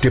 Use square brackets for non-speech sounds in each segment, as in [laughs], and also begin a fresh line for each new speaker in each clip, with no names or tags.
¿Te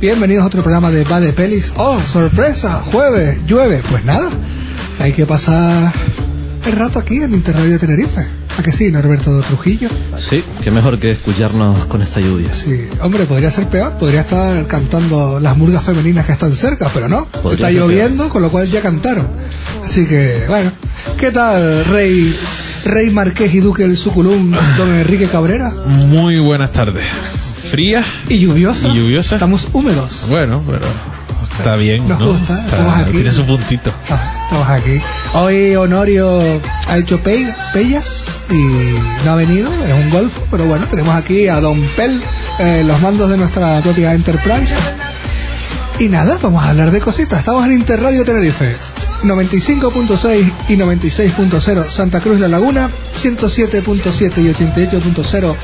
Bienvenidos a otro programa de Bad de Pelis. Oh, sorpresa, jueves, llueve. Pues nada, hay que pasar el rato aquí en Interradio de Tenerife. ¿A que sí, Norberto Trujillo?
Sí, qué mejor que escucharnos con esta lluvia.
Sí, hombre, podría ser peor, podría estar cantando las murgas femeninas que están cerca, pero no,
Podría
está
ser
lloviendo, con lo cual ya cantaron. Así que, bueno, ¿qué tal, Rey, Rey Marqués y Duque del Suculum, don Enrique Cabrera?
Muy buenas tardes. Frías.
Y lluviosa.
Y lluviosa.
Estamos húmedos.
Bueno, pero está bien,
Nos
¿no?
gusta,
Está-
estamos aquí.
Tiene su puntito.
Ah, Estamos aquí. Hoy Honorio ha hecho pe- pellas y no ha venido, es un golfo, pero bueno, tenemos aquí a Don Pel, eh, los mandos de nuestra propia Enterprise. Y nada, vamos a hablar de cositas. Estamos en Interradio Tenerife. 95.6 y 96.0 Santa Cruz de la Laguna, 107.7 y 88.0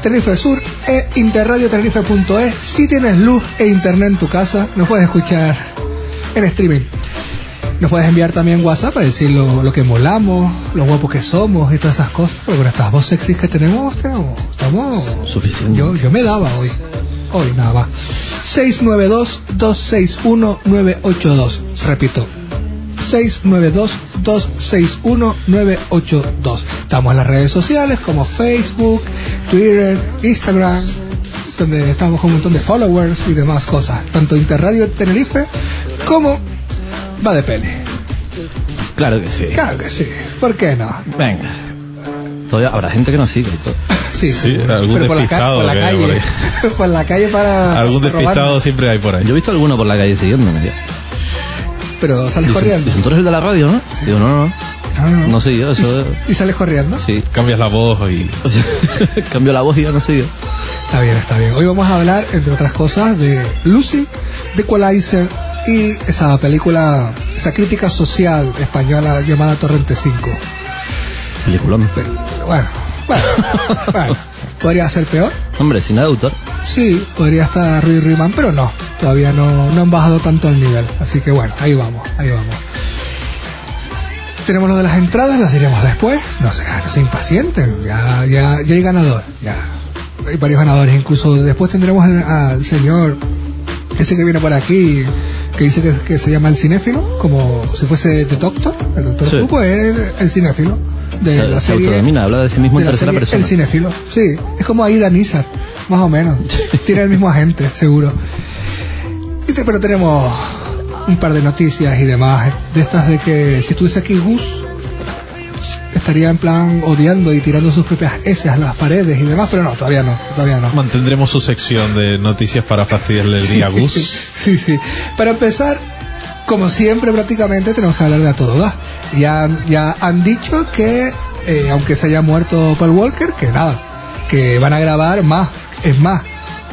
Tenerife Sur e interradiotenerife.es. Si tienes luz e internet en tu casa, nos puedes escuchar en streaming. Nos puedes enviar también WhatsApp para decir lo, lo que molamos, lo guapos que somos y todas esas cosas. Porque con estas voces sexys que tenemos, estamos- estamos
Suficiente.
yo, yo me daba hoy. Hoy nada más. 692-261-982. Repito. 692-261-982. Estamos en las redes sociales como Facebook, Twitter, Instagram, donde estamos con un montón de followers y demás cosas. Tanto Interradio Tenerife como Va de Pele.
Claro que sí.
Claro que sí. ¿Por qué no?
Venga. Todavía habrá gente que nos sigue y todo.
Sí,
Sí, algún
pero por la, ca-
despistado
por la
que hay por
calle. [laughs] Por la calle para.
Algún
para robarnos.
despistado siempre hay por ahí.
Yo he visto alguno por la calle siguiéndome ya.
Pero sales
Dicen,
corriendo.
dicen, tú eres el de la radio, ¿no? Digo, no, no.
No, no, no.
No soy yo,
¿Y, [laughs]
eso
y sales corriendo?
Sí.
Cambias la voz y
[laughs] Cambio la voz y ya no soy yo.
Está bien, está bien. Hoy vamos a hablar, entre otras cosas, de Lucy, de Equalizer y esa película, esa crítica social española llamada Torrente 5.
Peliculón.
Pero, bueno, bueno, bueno, podría ser peor.
Hombre, sin nada de autor.
Sí, podría estar Rui Riemann, pero no, todavía no, no han bajado tanto el nivel. Así que bueno, ahí vamos, ahí vamos. Tenemos lo de las entradas, las diremos después. No se, no se impacienten, ya, ya, ya hay ganador, ya. Hay varios ganadores, incluso después tendremos al, al señor, ese que viene por aquí, que dice que, que se llama el cinéfilo, como si fuese The Doctor. El Doctor
Sí.
Who, pues, es el cinéfilo de
Se,
la
se
serie
autodomina, habla de sí mismo en
de la
tercera
serie
persona.
El cinéfilo, sí. Es como Aida Nizar, más o
[laughs]
menos. Tiene el mismo agente, seguro. Y te- pero tenemos un par de noticias y demás. eh, De estas de que si estuviese aquí Gus, estaría en plan odiando y tirando sus propias S a las paredes y demás, pero no, todavía no, todavía no.
mantendremos su sección de noticias para fastidiarle el día a Gus.
[laughs] Sí, sí. Para empezar, como siempre prácticamente tenemos que hablar de a todo gas. Ya, ya han dicho que, eh, aunque se haya muerto Paul Walker, que nada, que van a grabar más, es más,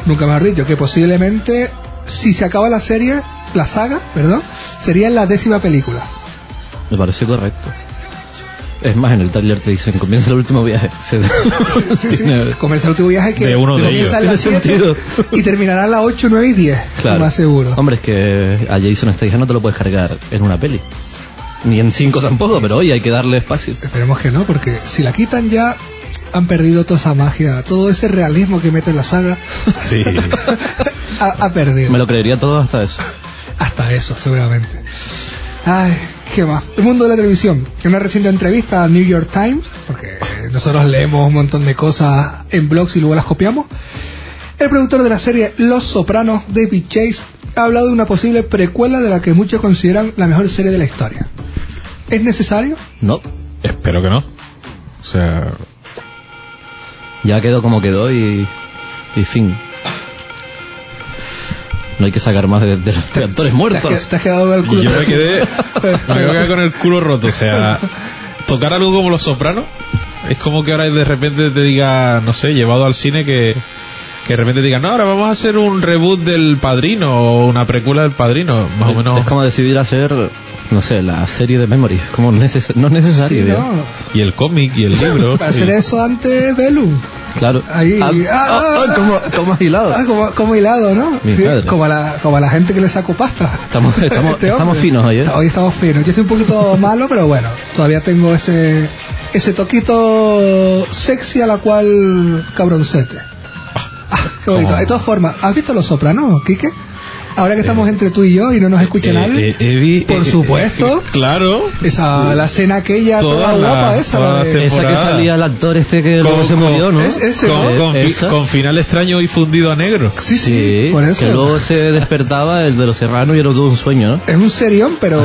nunca mejor dicho, que posiblemente, si se acaba la serie, la saga, perdón, sería la décima película.
Me parece correcto. Es más, en el taller te dicen, comienza el último viaje. [laughs]
[laughs]
Se-
Sí, sí.
Tiene-
Comienza el último viaje que
De uno de
comienza en la
ellos. Tiene
7
sentido.
y terminará en la 8, 9 y 10,
Claro.
más seguro.
Hombre, es que a Jason Statham no te lo puedes cargar en una peli. Ni en cinco tampoco, pero hoy hay que darle espacio.
Esperemos que no, porque si la quitan ya han perdido toda esa magia, todo ese realismo que mete la saga
Sí.
[laughs] ha, ha perdido.
Me lo creería todo hasta eso.
Hasta eso, seguramente. Ay, qué más. El mundo de la televisión. En una reciente entrevista a New York Times, porque nosotros leemos un montón de cosas en blogs y luego las copiamos, el productor de la serie Los Sopranos, David Chase, ha hablado de una posible precuela de la que muchos consideran la mejor serie de la historia. ¿Es necesario?
No,
Espero que no. O sea,
ya quedó como quedó y, y fin. No hay que sacar más de, de los actores
Te has,
muertos.
que- te has quedado con el culo.
Y yo me [laughs] quedé, me quedé con el culo roto. O sea, tocar algo como Los Sopranos es como que ahora de repente te diga, no sé, llevado al cine que, que de repente diga, no, ahora vamos a hacer un reboot del Padrino o una precuela del Padrino. Más o menos.
Es como decidir hacer, no sé, la serie de Memory. Es como neces- no es necesario.
Sí,
ya.
no.
Y el cómic [laughs] y el libro. Eh,
Para hacer
y-
eso antes, Belum.
Claro.
Ahí.
Ah, ah, ah, como, como hilado.
Ah, como, como hilado, ¿no?
Mi
Sí,
madre.
como, a la, como a la gente que le saco pasta.
Estamos, estamos,
[laughs] Este hombre.
estamos finos hoy, ¿eh?
Hoy estamos finos. Yo estoy un poquito malo, pero bueno, todavía tengo ese ese toquito sexy a la cual cabroncete. Ah, qué bonito.
¿Cómo?
De todas formas, ¿has visto Los Sopranos, Quique? Ahora que estamos entre tú y yo y no nos escucha
Eh,
nadie.
eh, Evi-
Por
eh, eh,
supuesto.
claro.
esa, la cena aquella toda,
Toda la-
guapa esa. la
toda
de-
la
Esa que
temporada.
salía el actor este que luego
Con-
se
con-
murió, ¿no?
es- ese,
Con,
¿no?
con fi-
Esa.
con final extraño y fundido a negro.
Sí, sí,
Sí,
por eso.
que luego se despertaba el de los serranos y era todo un sueño, ¿no?
Es un serión,
[laughs]
pero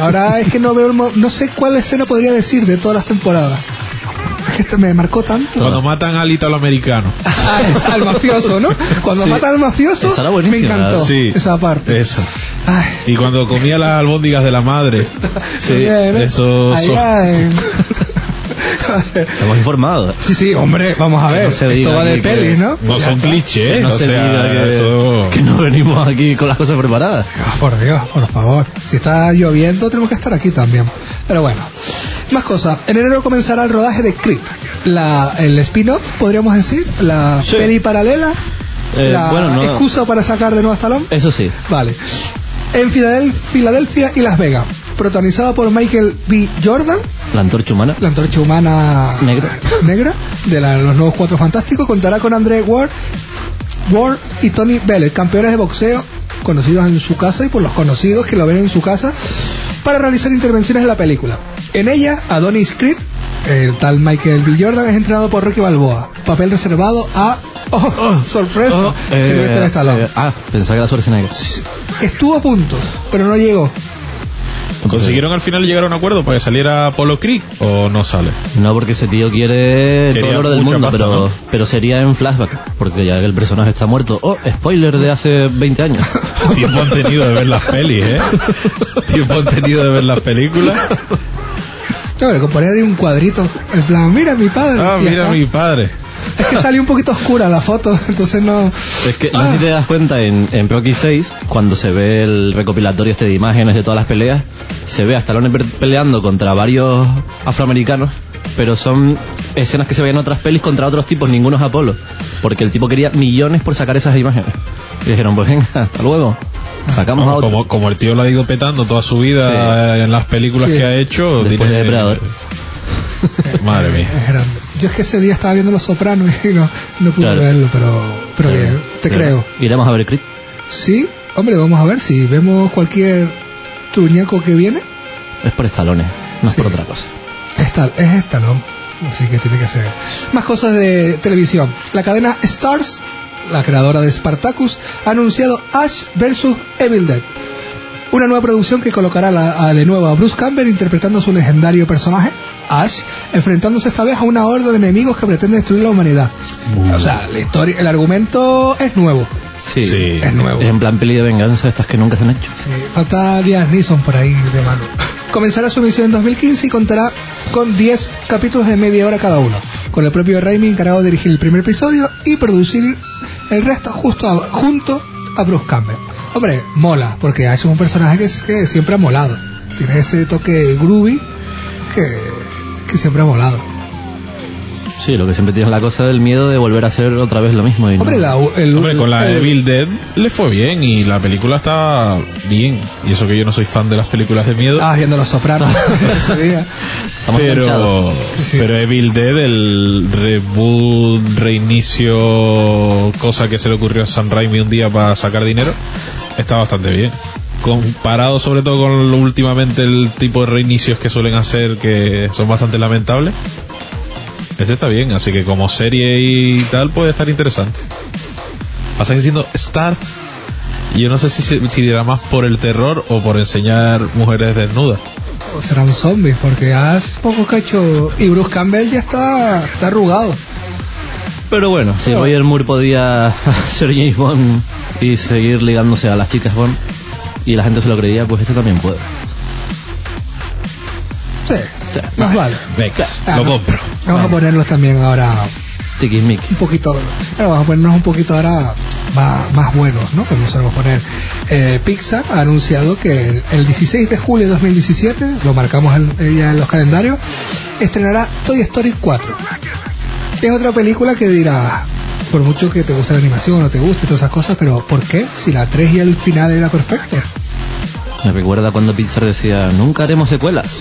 ahora es que no veo, el mo- no sé cuál escena podría decir de todas las temporadas. Es que esto me marcó tanto. [laughs]
Cuando matan al italoamericano.
Ah, al mafioso, ¿no? Cuando
Sí.
matan al mafioso,
Esa era
me
buenísima.
encantó
Sí.
esa parte.
Eso.
Ay,
Y cuando comía las albóndigas de la madre. Sí,
bien, ¿eh?
eso.
Ahí
eso-
va,
[laughs]
eh.
Estamos informados.
[laughs] sí, sí, hombre, vamos a
Que
ver.
no se
esto
diga
va de
aquí que-
peli, ¿no?
No son clichés,
no
o
se
sea,
diga
[laughs]
que,
eso-
que no venimos aquí con las cosas preparadas.
Ah, por Dios, por favor. Si está lloviendo, tenemos que estar aquí también. Pero bueno, más cosas. En enero comenzará el rodaje de Creep, la, el spin-off, podríamos decir, la
Sí.
peli paralela,
Eh,
la
bueno, no-
excusa para sacar de nuevo a Stallone.
Eso sí.
Vale. En Fidel- Filadelfia y Las Vegas, protagonizada por Michael B. Jordan,
La antorcha humana.
la antorcha humana
Negro.
[laughs] negra de la- los nuevos Cuatro Fantásticos, contará con André Ward, Ward y Tony Bell, campeones de boxeo conocidos en su casa y por los conocidos que lo ven en su casa, para realizar intervenciones en la película. En ella, Adonis Creed, el tal Michael B. Jordan, es entrenado por Rocky Balboa, papel reservado a... ¡Oh, sorpresa!
Eh,
Sylvester Stallone.
eh, ah, pensaba que era Schwarzenegger.
Estuvo a punto, pero no llegó.
¿Consiguieron al final llegar a un acuerdo para que saliera Polo Creek o no sale?
No, porque ese tío quiere todo
Quería
el oro del
mucha
mundo,
pasta,
pero,
¿no?
pero sería en flashback, porque ya que el personaje está muerto. Oh, spoiler de hace
[laughs]
20 años.
[laughs] Tiempo han tenido de ver las pelis, [laughs] ¿eh? Tiempo han tenido de ver las películas.
Claro, con poner ahí un cuadrito, en plan, mira mi padre.
Ah,
y ya
mira
está.
mi padre.
Es que salió un poquito oscura la foto, [laughs] entonces no.
Es que no sé si te das cuenta en, en Rocky 6, cuando se ve el recopilatorio este de imágenes de todas las peleas, se ve a Stallone pe- peleando contra varios afroamericanos, pero son escenas que se ven en otras pelis contra otros tipos, ninguno es Apolo, porque el tipo quería millones por sacar esas imágenes. Y dijeron, pues venga, hasta luego. Sacamos a otro.
Como, como el tío lo ha ido petando toda su vida eh, en las películas
Sí.
que ha hecho.
Después de
tiene-
Depredador.
Madre mía.
Es grande. Yo es que ese día estaba viendo Los Sopranos y no, no pude
Claro.
verlo, pero, pero bien, te creo.
Iremos a ver Creed.
Sí, hombre, vamos a ver si vemos cualquier truñaco que viene.
Es por Stallone, no es por otra cosa.
Esta, es esta, ¿no? Así que tiene que ser. Más cosas de televisión. La cadena Stars, la creadora de Spartacus, ha anunciado Ash vs. Evil Dead. Una nueva producción que colocará la- a- de nuevo a Bruce Campbell interpretando su legendario personaje, Ash, enfrentándose esta vez a una horda de enemigos que pretende destruir la humanidad. O sea, la historia, el argumento es nuevo.
Sí,
Sí.
Es nuevo.
en plan peli de venganza estas que nunca se han hecho.
Sí, falta Liam Neeson por ahí de mano. Comenzará su emisión en 2015 y contará con 10 capítulos de media hora cada uno, con el propio Raimi encargado de dirigir el primer episodio y producir el resto justo a- junto a Bruce Campbell. Hombre, mola, porque Ash es un personaje que, es- que siempre ha molado. Tiene ese toque groovy que, que siempre ha molado.
Sí, lo que siempre tienes la cosa del miedo de volver a hacer otra vez lo mismo. Y no.
Hombre, la, el,
Hombre, con la
el-
Evil Dead le fue bien y la película está bien. Y eso que yo no soy fan de las películas de miedo.
Estabas viendo Los
[laughs]
Sopranos ese día.
Estamos enganchados.
pero,
Sí, sí.
pero Evil Dead, el reboot, reinicio, cosa que se le ocurrió a San Raimi un día para sacar dinero, está bastante bien. Comparado sobre todo con lo- últimamente el tipo de reinicios que suelen hacer, que son bastante lamentables, ese está bien, así que como serie y tal puede estar interesante. Pasa que siendo Star, yo no sé si, se- si dirá más por el terror o por enseñar mujeres desnudas.
O serán zombies, porque Ash poco cacho. Y Bruce Campbell ya está, está arrugado.
Pero bueno, si
Pero-
Roger Moore podía [laughs] ser James Bond y seguir ligándose a las chicas Bond y la gente se lo creía, pues este también puede.
Sí, más vale.
Venga,
Ah,
lo
no.
compro.
Vamos a ponerlos también ahora
Tiquismiqui.
un poquito, bueno, vamos a ponernos un poquito ahora más, más buenos, ¿no? Como solemos poner. Eh, Pixar ha anunciado que el, el 16 de julio de 2017, lo marcamos en- eh, ya en los calendarios, estrenará Toy Story 4. Es otra película que dirá, por mucho que te guste la animación o no te guste todas esas cosas, pero ¿por qué? Si la 3 y el final era perfecto.
Me recuerda cuando Pixar decía, nunca haremos secuelas.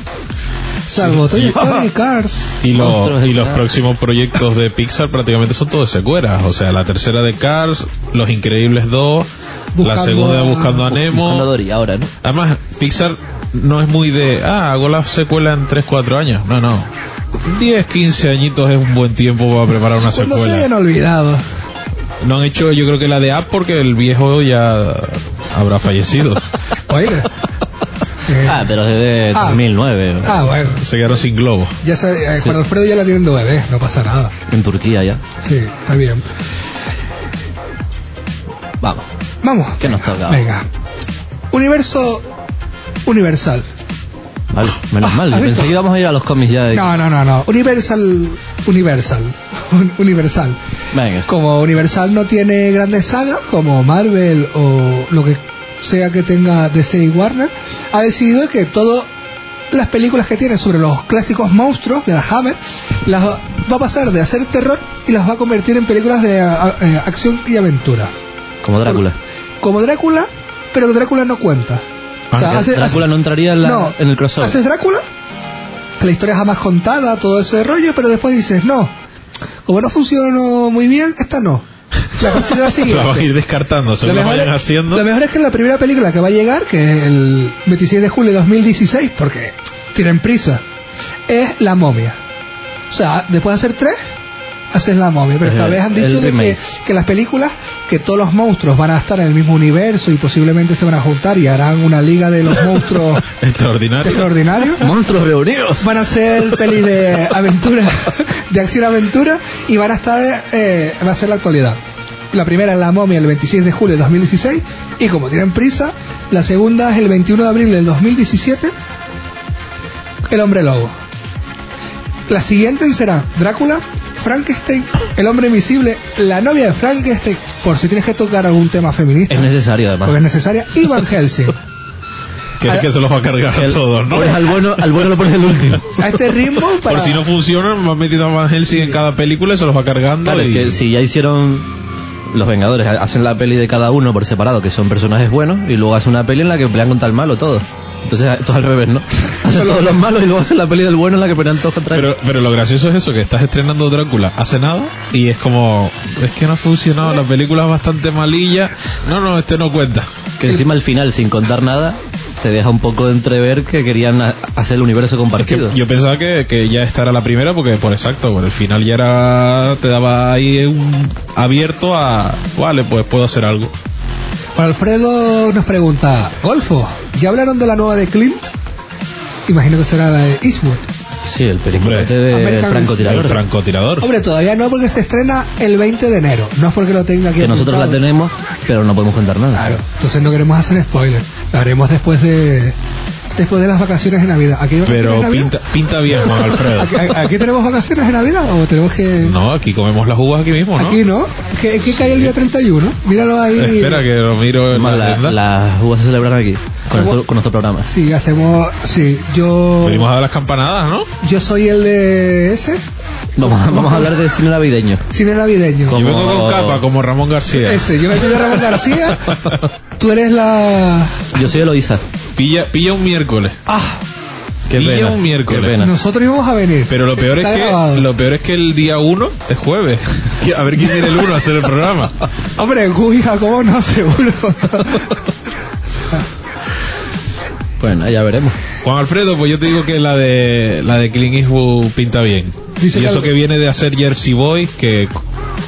Salvo Toy Story y Cars.
Y, lo-
Monstruos de
y los
Cars.
próximos proyectos de Pixar prácticamente son todos secuelas. O sea, la tercera de Cars, Los Increíbles 2, la
Buscando
segunda de
a-
Buscando a Nemo.
Buscando a Dory ahora, ¿no?
Además, Pixar no es muy de, ah, hago la secuela en 3, 4 años. No, no. 10, 15 añitos es un buen tiempo para preparar una
Cuando Pues se
secuela.
hayan olvidado.
No han hecho, yo creo que la de App porque el viejo ya habrá fallecido.
Oye. Eh,
Ah, pero desde
Ah.
2009.
ah, bueno.
Se quedaron sin globo.
Ya sabe, eh, Juan Alfredo ya la tienen de bebé, ¿eh? no pasa nada.
En Turquía ya.
Sí, está bien.
Vamos.
Vamos.
¿Qué nos toca?
Venga. Universo Universal.
Vale, menos mal.
a ver.
Pensé que íbamos a ir a los cómics ya. de-
Ah, No, no, no, no. Universal Universal. Un- Universal.
Venga.
Como Universal no tiene grandes sagas, como Marvel o lo que sea que tenga DC y Warner, ha decidido que todas las películas que tiene sobre los clásicos monstruos de la Hammer las va a pasar de hacer terror y las va a convertir en películas de a- a- eh, acción y aventura.
Como Drácula.
Como Drácula, pero que Drácula no cuenta. O sea, hace-
Ah, Drácula no entraría en, la-
no,
en el crossover.
Haces Drácula, la historia jamás contada, todo ese rollo, pero después dices, no, como no funcionó muy bien, esta no. La construiré
[laughs]
la siguiente.
[laughs] La vas a ir descartando
este, Lo
según lo vayan
es, lo
haciendo.
mejor es que en la primera película que va a llegar, que es el 26 de julio de 2016, porque tienen prisa, es La Momia. O sea, después de hacer tres, haces La Momia. Pero esta
El-
vez han
el
dicho de que,
remake.
que las películas, que todos los monstruos van a estar en el mismo universo y posiblemente se van a juntar y harán una liga de los
[laughs]
monstruos
[laughs] Extraordinario.
extraordinarios.
Monstruos reunidos.
Van a ser pelis de aventura, de acción-aventura, y van a estar, eh, va a ser la actualidad. La primera es La Momia el 26 de julio de 2016, y como tienen prisa, la segunda es el 21 de abril del 2017, El Hombre Lobo. La siguiente será Drácula, Frankenstein, El Hombre Invisible, La Novia de Frankenstein, por si tienes que tocar algún tema feminista,
Es necesario, además.
porque es necesaria, y Van Helsing.
Que es que se los va a cargar a
El-
todos, ¿no?
pones al bueno, al bueno lo pones
[laughs]
el último.
A este ritmo, para...
Por si no funcionan, me han metido a Van Helsing en cada película y se los va cargando.
Claro, es
y-
que si ya hicieron los Vengadores, ha- hacen la peli de cada uno por separado, que son personajes buenos, y luego hacen una peli en la que pelean contra el malo todos. Entonces esto es al
[laughs]
revés, ¿no? Hacen todos los malos y luego hacen la peli del bueno en la que pelean todos contra el
Pero, pero lo gracioso es eso, que estás estrenando Drácula hace nada y es como, es que no ha funcionado, la película es bastante malilla. No, no, este no cuenta.
Que encima al final, sin contar nada, te deja un poco de entrever que querían ha- hacer el universo
Es que
compartido.
yo pensaba que, que ya esta era la primera porque, por exacto, por el final ya era, te daba ahí un abierto a, vale, pues puedo hacer algo.
Juan Alfredo nos pregunta, Golfo, ¿ya hablaron de la nueva de Clint? Imagino que será la de Eastwood.
Sí, el
Hombre,
pericote de
American
El
francotirador.
francotirador.
Hombre, todavía no porque se estrena el 20 de enero. No es porque lo tenga aquí.
Que nosotros la
apuntado.
tenemos, pero no podemos contar nada.
Claro, entonces no queremos hacer spoiler. La haremos después de después de las vacaciones de Navidad. ¿Aquí hay
Pero
vacaciones de
pinta,
Navidad?
pinta bien, Juan
[laughs]
Alfredo.
¿Aquí, a- aquí tenemos vacaciones de Navidad o tenemos que...?
No, aquí comemos las uvas aquí mismo, ¿no?
Aquí no. ¿Qué, qué cae el día 31? Míralo ahí.
Espera que lo miro en la,
Además, la-
agenda.
las Pues uvas se celebran aquí, con,
¿Cómo?
esto- con nuestro programa.
Sí, hacemos... Sí, yo...
Venimos a dar las campanadas, ¿no?
Yo soy el de ese,
Vamos, a- vamos a hablar de cine navideño.
cine navideño.
Como-
Yo vengo con capa, como Ramón García.
Ese, yo me pido Ramón García. Tú eres la.
Yo soy Eloisa.
Pilla, pilla un miércoles.
Ah,
Qué
Pilla
pena,
un miércoles.
qué pena.
nosotros íbamos a venir.
Pero lo peor es
Está
que
grabado.
lo peor es que el día 1
[laughs]
es jueves. Que- A ver quién viene el 1 a hacer el programa.
Hombre, Guy y Jacobo no, seguro.
Bueno, ya veremos.
Juan Alfredo, pues yo te digo que la de la de Clint Eastwood pinta bien.
Dice
y eso
Carlos.
que viene de hacer Jersey Boys, que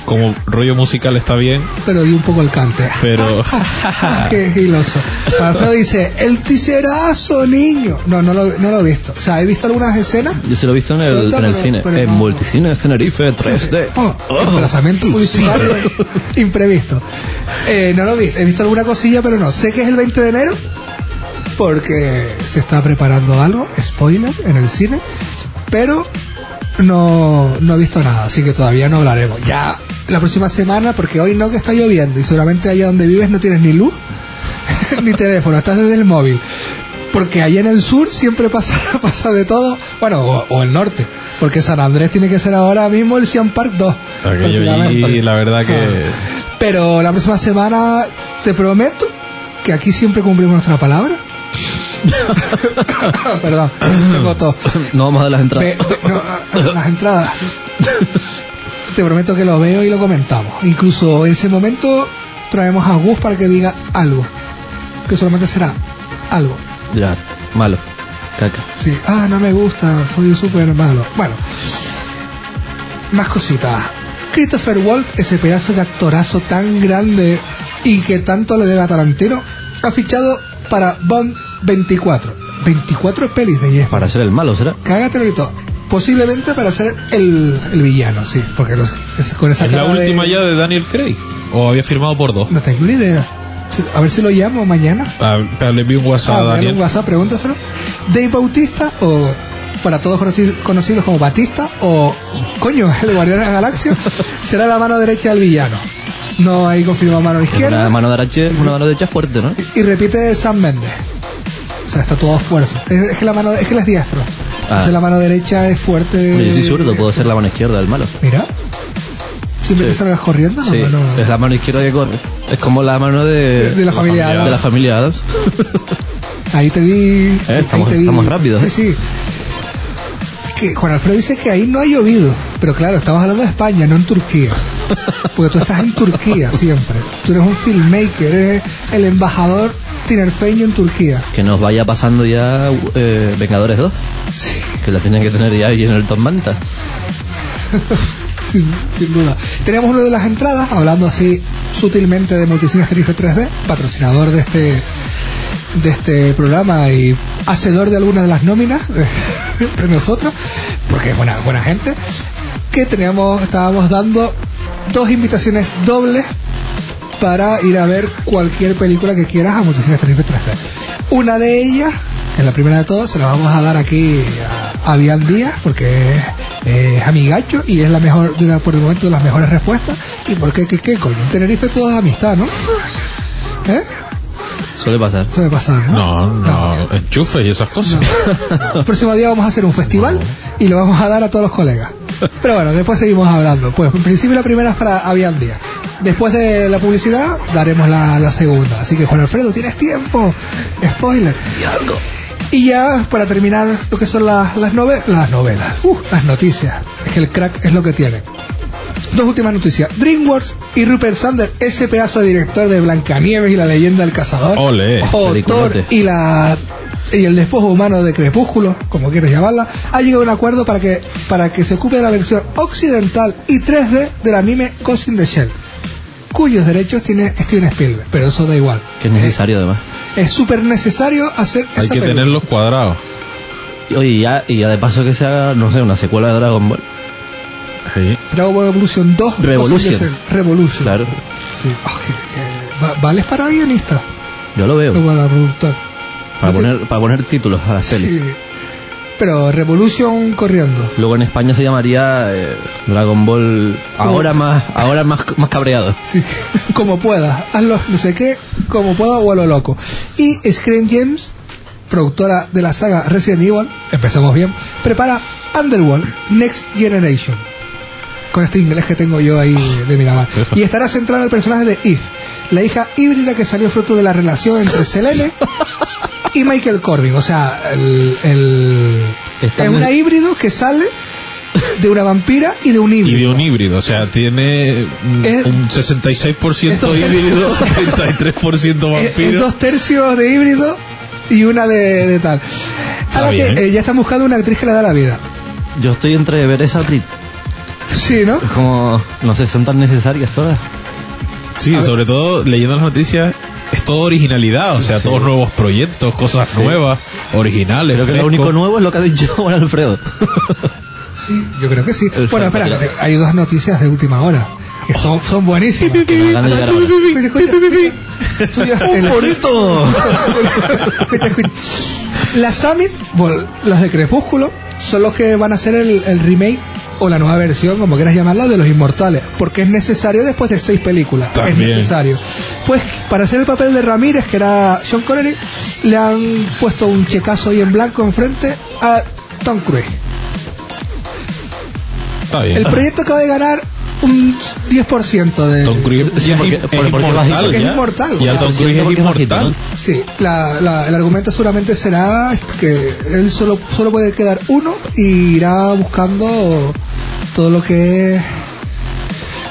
como rollo musical está bien,
pero y un poco el cante.
pero
[laughs] Qué giloso. Alfredo dice, el tiserazo, niño. No, no lo, no lo he visto. O sea, he visto algunas escenas.
Yo se lo he visto en
Sí,
el,
no,
en el
pero-
cine,
pero
en
no.
multicine de Tenerife 3D.
Oh,
[laughs] Oh.
emplazamiento publicitario [laughs] imprevisto. Eh, no lo vi, he visto alguna cosilla, pero no. Sé que es el 20 de enero porque se está preparando algo, spoiler, en el cine, pero no, no he visto nada, así que todavía no hablaremos. Ya la próxima semana, porque hoy no que está lloviendo y seguramente allá donde vives no tienes ni luz [laughs] ni teléfono, estás desde el móvil. Porque allá en el sur siempre pasa, [laughs] pasa de todo, bueno, o, o el norte, porque San Andrés tiene que ser ahora mismo el Cian Park 2.
aquello allí,
prácticamente.
la verdad
O sea,
que
Pero la próxima semana te prometo que aquí siempre cumplimos nuestra palabra. [laughs] Perdón, tengo tos.
No vamos a dar las entradas.
Ve- ve- no, ah, las entradas. Te prometo que lo veo y lo comentamos. Incluso en ese momento traemos a Gus para que diga algo. Que solamente será algo.
[laughs] Ya, malo. Caca.
Sí, ah, no me gusta, soy súper malo. Bueno, más cositas. Christopher Walt, ese pedazo de actorazo tan grande y que tanto le debe a Tarantino, ha fichado para Bond 24. 24 pelis de 10
Para ser el malo, ¿será?
Cágate el grito. Posiblemente para ser el, el villano, sí, porque los- es- con esa
[laughs] es la
cara de-
última ya de Daniel Craig o había firmado por dos.
No tengo ni idea. Si- A ver si lo llamo mañana.
Ah, pero le envié un
Ah,
WhatsApp a
envíale
Daniel.
un WhatsApp, pregúntaselo. Dave Bautista o para todos conoci- conocidos como Batista o coño, [laughs] el guardián de la
[laughs]
galaxia será la mano derecha del villano. No hay confirmado mano izquierda.
Una mano de Arache, una mano derecha fuerte, ¿no?
Y repite Sam Méndez. O sea, está todo a fuerza. Es, es que la mano, es que él es diestro.
Ah.
O sea, la mano derecha es fuerte.
Yo soy zurdo, puedo ser la mano izquierda del malo.
Mira. Siempre
Sí.
que salgas corriendo, no,
Sí,
no, no.
es la mano izquierda que corre. Es como la mano de,
De la familia Adams.
de la familia Adams.
Ahí te vi. ahí
Eh, estamos-
te vi.
estamos rápidos,
Sí,
¿eh?
sí. Que Juan Alfredo dice que ahí no ha llovido. Pero claro, estamos hablando de España, no en Turquía. Porque tú estás en Turquía siempre. Tú eres un filmmaker, eres el embajador tinerfeño en Turquía.
Que nos vaya pasando ya eh, Vengadores 2,
Sí,
que la tienen que tener ya ahí en el Top Manta.
sin, sin duda. Tenemos uno de las entradas, hablando así sutilmente de Multicines Tarife 3D, patrocinador de este de este programa y hacedor de algunas de [laughs] las nóminas de nosotros, porque es buena, buena gente, que teníamos, estábamos dando dos invitaciones dobles para ir a ver cualquier película que quieras a Multicines Tarife 3D. Una de ellas, que es la primera de todas, se la vamos a dar aquí a Bian Díaz, porque es, es amigacho y es la mejor, de la- por el momento, de las mejores respuestas. ¿Y por qué? ¿Qué, qué coño? En Tenerife todo es amistad, ¿no? ¿Eh?
Suele pasar.
Eso debe pasar, ¿no?
No,
Ah,
no, enchufes y esas cosas.
El próximo día vamos a hacer un festival y lo vamos a dar a todos los colegas. Pero bueno, después seguimos hablando. Pues en principio la primera es para Avian Díaz. Después de la publicidad daremos la, la segunda. Así que Juan Alfredo, tienes tiempo. Spoiler. Y ya para terminar lo que son las, las, nove- las novelas, uh, las noticias. Es que el crack es lo que tiene. Dos últimas noticias. DreamWorks y Rupert Sanders, ese pedazo de director de Blancanieves y la leyenda del cazador.
Ole.
O Thor
Peliculote.
y la y el despojo humano de Crepúsculo, como quieras llamarla, ha llegado a un acuerdo para que para que se ocupe de la versión occidental y 3D del anime Ghost in the Shell, cuyos derechos tiene Steven Spielberg, pero eso da igual.
Que es necesario además.
Es súper necesario hacer
Hay
esa
que
película.
tenerlos cuadrados.
Y, oye, y ya, y ya de paso que se haga, no sé, una secuela de Dragon Ball.
Sí.
Dragon Ball Evolution 2 Ghost in the
Revolution.
Shell, Revolution.
Claro,
Sí. Ay, eh, va- vales para guionista
yo lo
o
veo.
para productor.
Para poner, para poner títulos a las
Sí.
pelis.
Pero Revolution corriendo.
Luego en España se llamaría eh, Dragon Ball ahora más ahora más, más cabreado.
Sí, como pueda, hazlo no sé qué, como pueda o a lo loco. Y Screen Gems, productora de la saga Resident Evil, empezamos bien, prepara Underworld Next Generation. Con este inglés que tengo yo ahí de Miramar. Y estará centrada en el personaje de Eve, la hija híbrida que salió fruto de la relación entre Selene y Michael Corbin. O sea, el, el-
Está
es
muy-
una híbrido que sale de una vampira y de un híbrido.
Y de un híbrido, o sea, tiene mm,
Es-
un 66%
Esto- [laughs]
híbrido, 33%
Eh, eh,
vampiro.
dos tercios de híbrido y una de, de tal.
Está
Ahora que
bien, ¿eh?
eh, ya están buscando una actriz que le da la vida.
Yo estoy entre ver esa brit-
Sí, ¿no?
Es como, no sé, son tan necesarias todas.
Sí, sobre todo leyendo las noticias es todo originalidad, o sea, todos nuevos proyectos, cosas nuevas, originales.
Creo que lo
frescos.
único nuevo es lo que ha dicho [laughs] Juan Alfredo.
[laughs] Sí, yo creo que sí.
El
Bueno, espera,
fantasma.
eh, hay dos noticias de última hora. Que son, son buenísimas.
acaban de llegar ahora.
Escucha, escucha, escucha. Tú llevas el- [laughs]
bonito!
Escucha, escucha. La Summit, bueno, las de Crepúsculo, son los que van a hacer el, el remake o la nueva versión, como quieras llamarla, de Los Inmortales. Porque es necesario después de seis películas.
También.
Es necesario. Pues para hacer el papel de Ramírez, que era John Connery, le han puesto un checazo ahí en blanco enfrente a Tom Cruise.
Está bien.
El proyecto acaba de ganar un 10% de...
Tom Cruise
Sí,
ya es
porque-
im-
porque-
es
porque es bajito,
inmortal.
porque es
ya.
inmortal,
Ya
o sea,
Tom Cruise es
porque es bajito,
inmortal.
Sí, la, la- el argumento seguramente será que él solo, solo puede quedar uno y irá buscando todo lo que es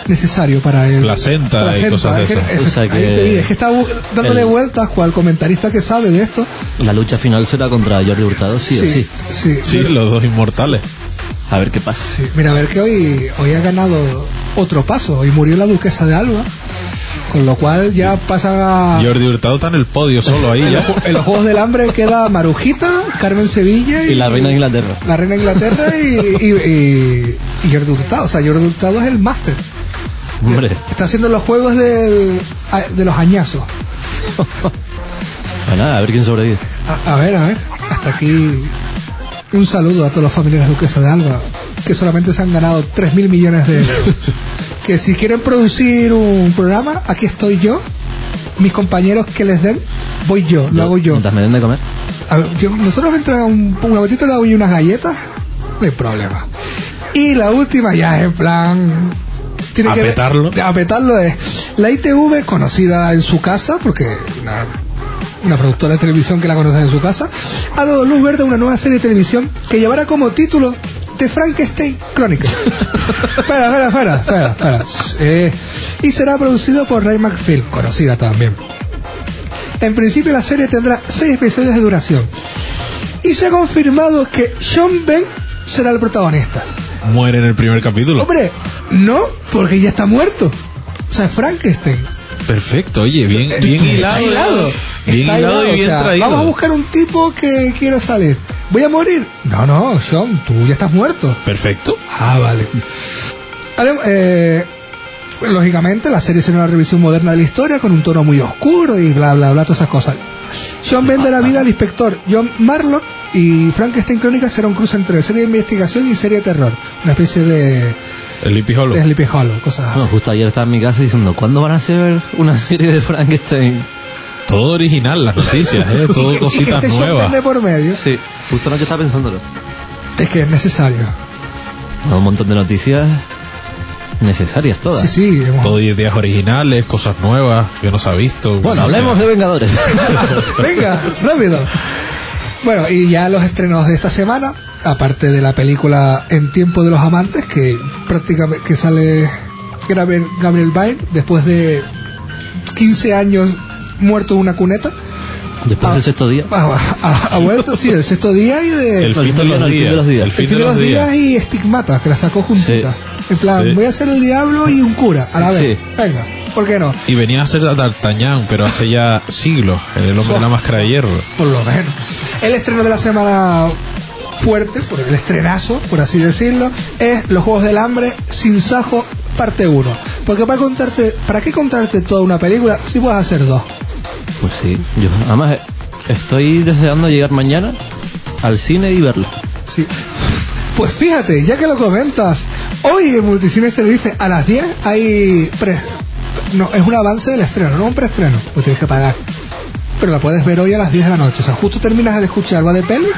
necesario para él.
Placenta y cosas de
es que-
esas.
es-
O sea
ahí
que-
te vi, es que está bu- dándole
el-
vueltas cual comentarista que sabe de esto.
La lucha final será contra Jordi Hurtado, sí, o sí.
sí.
Sí, los dos inmortales.
A ver qué pasa.
Sí, mira, a ver que hoy, hoy ha ganado otro paso. Hoy murió la duquesa de Alba, con lo cual ya pasa a...
Jordi Hurtado está en el podio solo ahí
En [laughs]
ya.
los, ju- en los Juegos del Hambre queda Marujita, Carmen Sevilla y,
Y la reina de Inglaterra.
la reina de Inglaterra y, y, y- y Jordi Hurtado. O sea, Jordi Hurtado es el máster.
Hombre.
Está haciendo los juegos del- a- de los añazos.
Pues nada, a ver quién sobrevive.
A, a ver, a ver. Hasta aquí un saludo a todos los familiares duquesa de Alba, que solamente se han ganado 3.000 millones de
[laughs]
euros. que si quieren producir un programa, aquí estoy yo. Mis compañeros que les den, voy yo, lo hago yo.
Mientras me den de comer.
A ver, yo- nosotros me entra un, una botita de agua y unas galletas, no hay problema. Y la última ya es en plan... Tiene
A
que ver-
petarlo.
A petarlo es... La ITV, conocida en su casa, porque una, una productora de televisión que la conoce en su casa, ha dado luz verde a una nueva serie de televisión que llevará como título The Frankenstein Crónica. espera, espera, espera, espera, espera. Eh, y será producido por Ray McPhill, conocida también. En principio la serie tendrá seis episodios de duración. Y se ha confirmado que Sean Ben será el protagonista.
Muere en el primer capítulo.
Hombre, no, porque ya está muerto. O sea, Frankenstein.
Perfecto, oye, bien, bien hilado.
Está hilado.
Bien
Está
hilado y
o
bien
sea,
traído.
Vamos a buscar un tipo que quiera salir. ¿Voy a morir? No, no, Sean, tú ya estás muerto.
Perfecto.
Ah, vale. Ale- eh, lógicamente, la serie será una revisión moderna de la historia con un tono muy oscuro y bla, bla, bla, todas esas cosas. John vende
Ah,
la vida al inspector John Marlock y Frankenstein Crónica será un cruce entre serie de investigación y serie de terror. Una especie de,
El Lippy Hollow.
de Sleepy Hollow, cosas
Bueno,
así.
justo ayer estaba en mi casa diciendo, ¿cuándo van a hacer una serie de Frankenstein?
Todo original, las noticias, ¿eh?
[laughs] Y-
Todo
y que
cositas
esté Sean
nuevas.
Penn de por medio
Sí, justo anoche estaba pensándolo.
es que es necesario.
Un montón de noticias necesarias todas.
Sí, sí, hemos-
Todo ideas originales, cosas nuevas que no se ha visto.
Bueno,
O sea,
hablemos de Vengadores.
[laughs] Venga, rápido. Bueno, y ya los estrenos de esta semana, aparte de la película En tiempo de los amantes, que prácticamente que sale Gabriel, Gabriel Byrne después de 15 años muerto en una cuneta,
Después
Ah.
del sexto día.
ha, ha- ha vuelto, sí, el sexto día y de...
El
No,
fin de
no,
los
el fin de
días.
los días.
El
El fin de los días y estigmata, que la sacó juntita. En plan,
Sí.
voy a ser el diablo y un cura a la vez.
Sí.
Venga, ¿por qué no?
Y venía a ser a D'Artagnan, pero hace ya siglos, el hombre de la máscara de hierro.
Por lo menos. El estreno de la semana fuerte, por el estrenazo, por así decirlo, es Los Juegos del Hambre sin sajo parte 1. Porque para contarte, ¿para qué contarte toda una película si puedes hacer dos?
Pues sí, yo además eh, estoy deseando llegar mañana al cine y verlo.
Sí. Pues fíjate, ya que lo comentas, hoy en Multicines Tenerife a las 10 hay pre- no, es un avance del estreno, no un preestreno, pues tienes que pagar. Pero la puedes ver hoy a las 10 de la noche, o sea, justo terminas de escuchar va de pelo,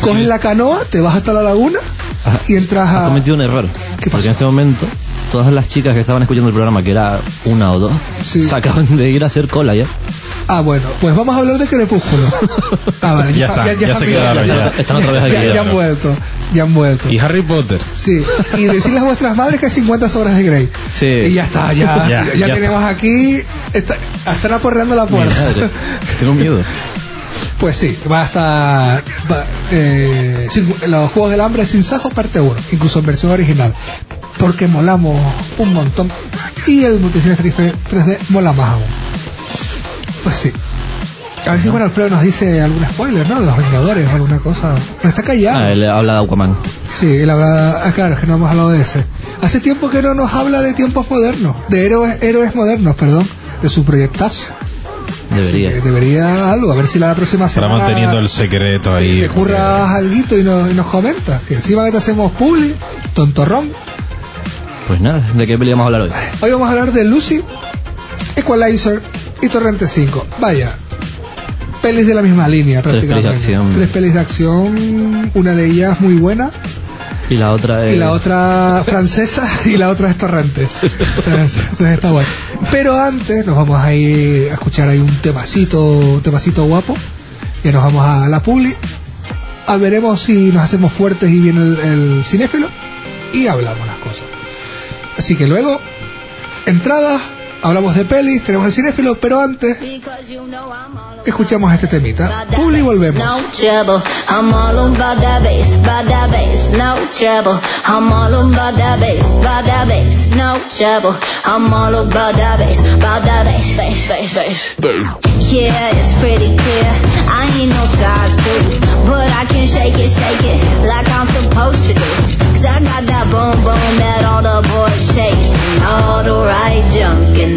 coges la canoa, te vas hasta la laguna
Ajá.
y entras
Has
a
cometido un error.
Ah. ¿Qué
Porque
pasó?
en este momento todas las chicas que estaban escuchando el programa, que era una o dos,
Sí.
se acaban de ir a hacer cola ya.
Ah, bueno, pues vamos a hablar de
[laughs]
Crepúsculo. Ah, vale,
Ya está, ya se
mira,
quedaron,
ya. Están otra vez aquí,
ya-
ya,
ya han
claro.
vuelto, ya han vuelto.
Y Harry Potter.
Sí, y decirles a vuestras madres que hay 50 sobras de Grey.
Sí.
Y ya está, ya,
Ya,
ya,
ya
tenemos aquí. Está, están aporreando la [laughs]
Mi
puerta.
madre, tengo miedo.
pues sí, va a estar. va- eh, circu- los Juegos del Hambre sin Sajo parte 1, incluso en versión original, porque molamos un montón y el Multicine 3D 3D mola más aún. Pues sí. A ver si Juan Alfredo nos dice algún spoiler, ¿no? De los Vengadores o alguna cosa. No está callado.
Ah, él habla de Aquaman.
Sí, él habla. Ah, claro, es que no hemos hablado de ese. Hace tiempo que no nos habla de tiempos modernos, de héroes, héroes modernos, perdón, de su proyectazo. Así
Debería.
que debería algo, a ver si la próxima
Estará
semana.
manteniendo
Ah.
el secreto ahí.
Te curras alguito y nos, y nos comentas. Que encima que te hacemos publi, tontorrón.
Pues nada, ¿de qué peli vamos a hablar hoy?
Hoy vamos a hablar de Lucy, Equalizer y Torrente 5. Vaya, pelis de la misma línea
Tres pelis de
prácticamente.
acción.
Tres pelis de acción, una de ellas muy buena,
Y la otra es.
y la otra francesa y la otra es Torrentes. Entonces, entonces está bueno. Pero antes nos vamos a ir a escuchar ahí un temacito, un temacito guapo. Que nos vamos a la publi. A veremos si nos hacemos fuertes y bien el, el cinéfilo. Y hablamos las cosas. Así que luego, entradas, hablamos de pelis, tenemos el cinéfilo, pero antes escuchamos este temita. Publi y volvemos.
No trouble, I'm all on by that bass, by that bass, no trouble. I'm all on by that bass, by that bass, no trouble. I'm all on by that bass, by that bass, bass, bass, bass. Yeah, it's pretty clear. I ain't no size two, but I can shake it, shake it like I'm supposed to do. Cause I got that boom boom that all the boys chase. And all the right junk in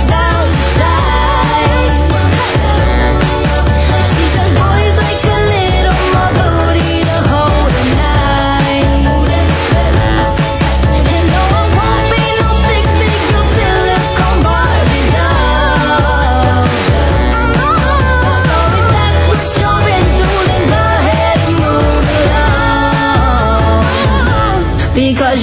about the size. She says boys like a little more booty to hold a knife. And though I won't be no stick figure silicone Barbie doll. So if that's what you're into, then go ahead and move along. Because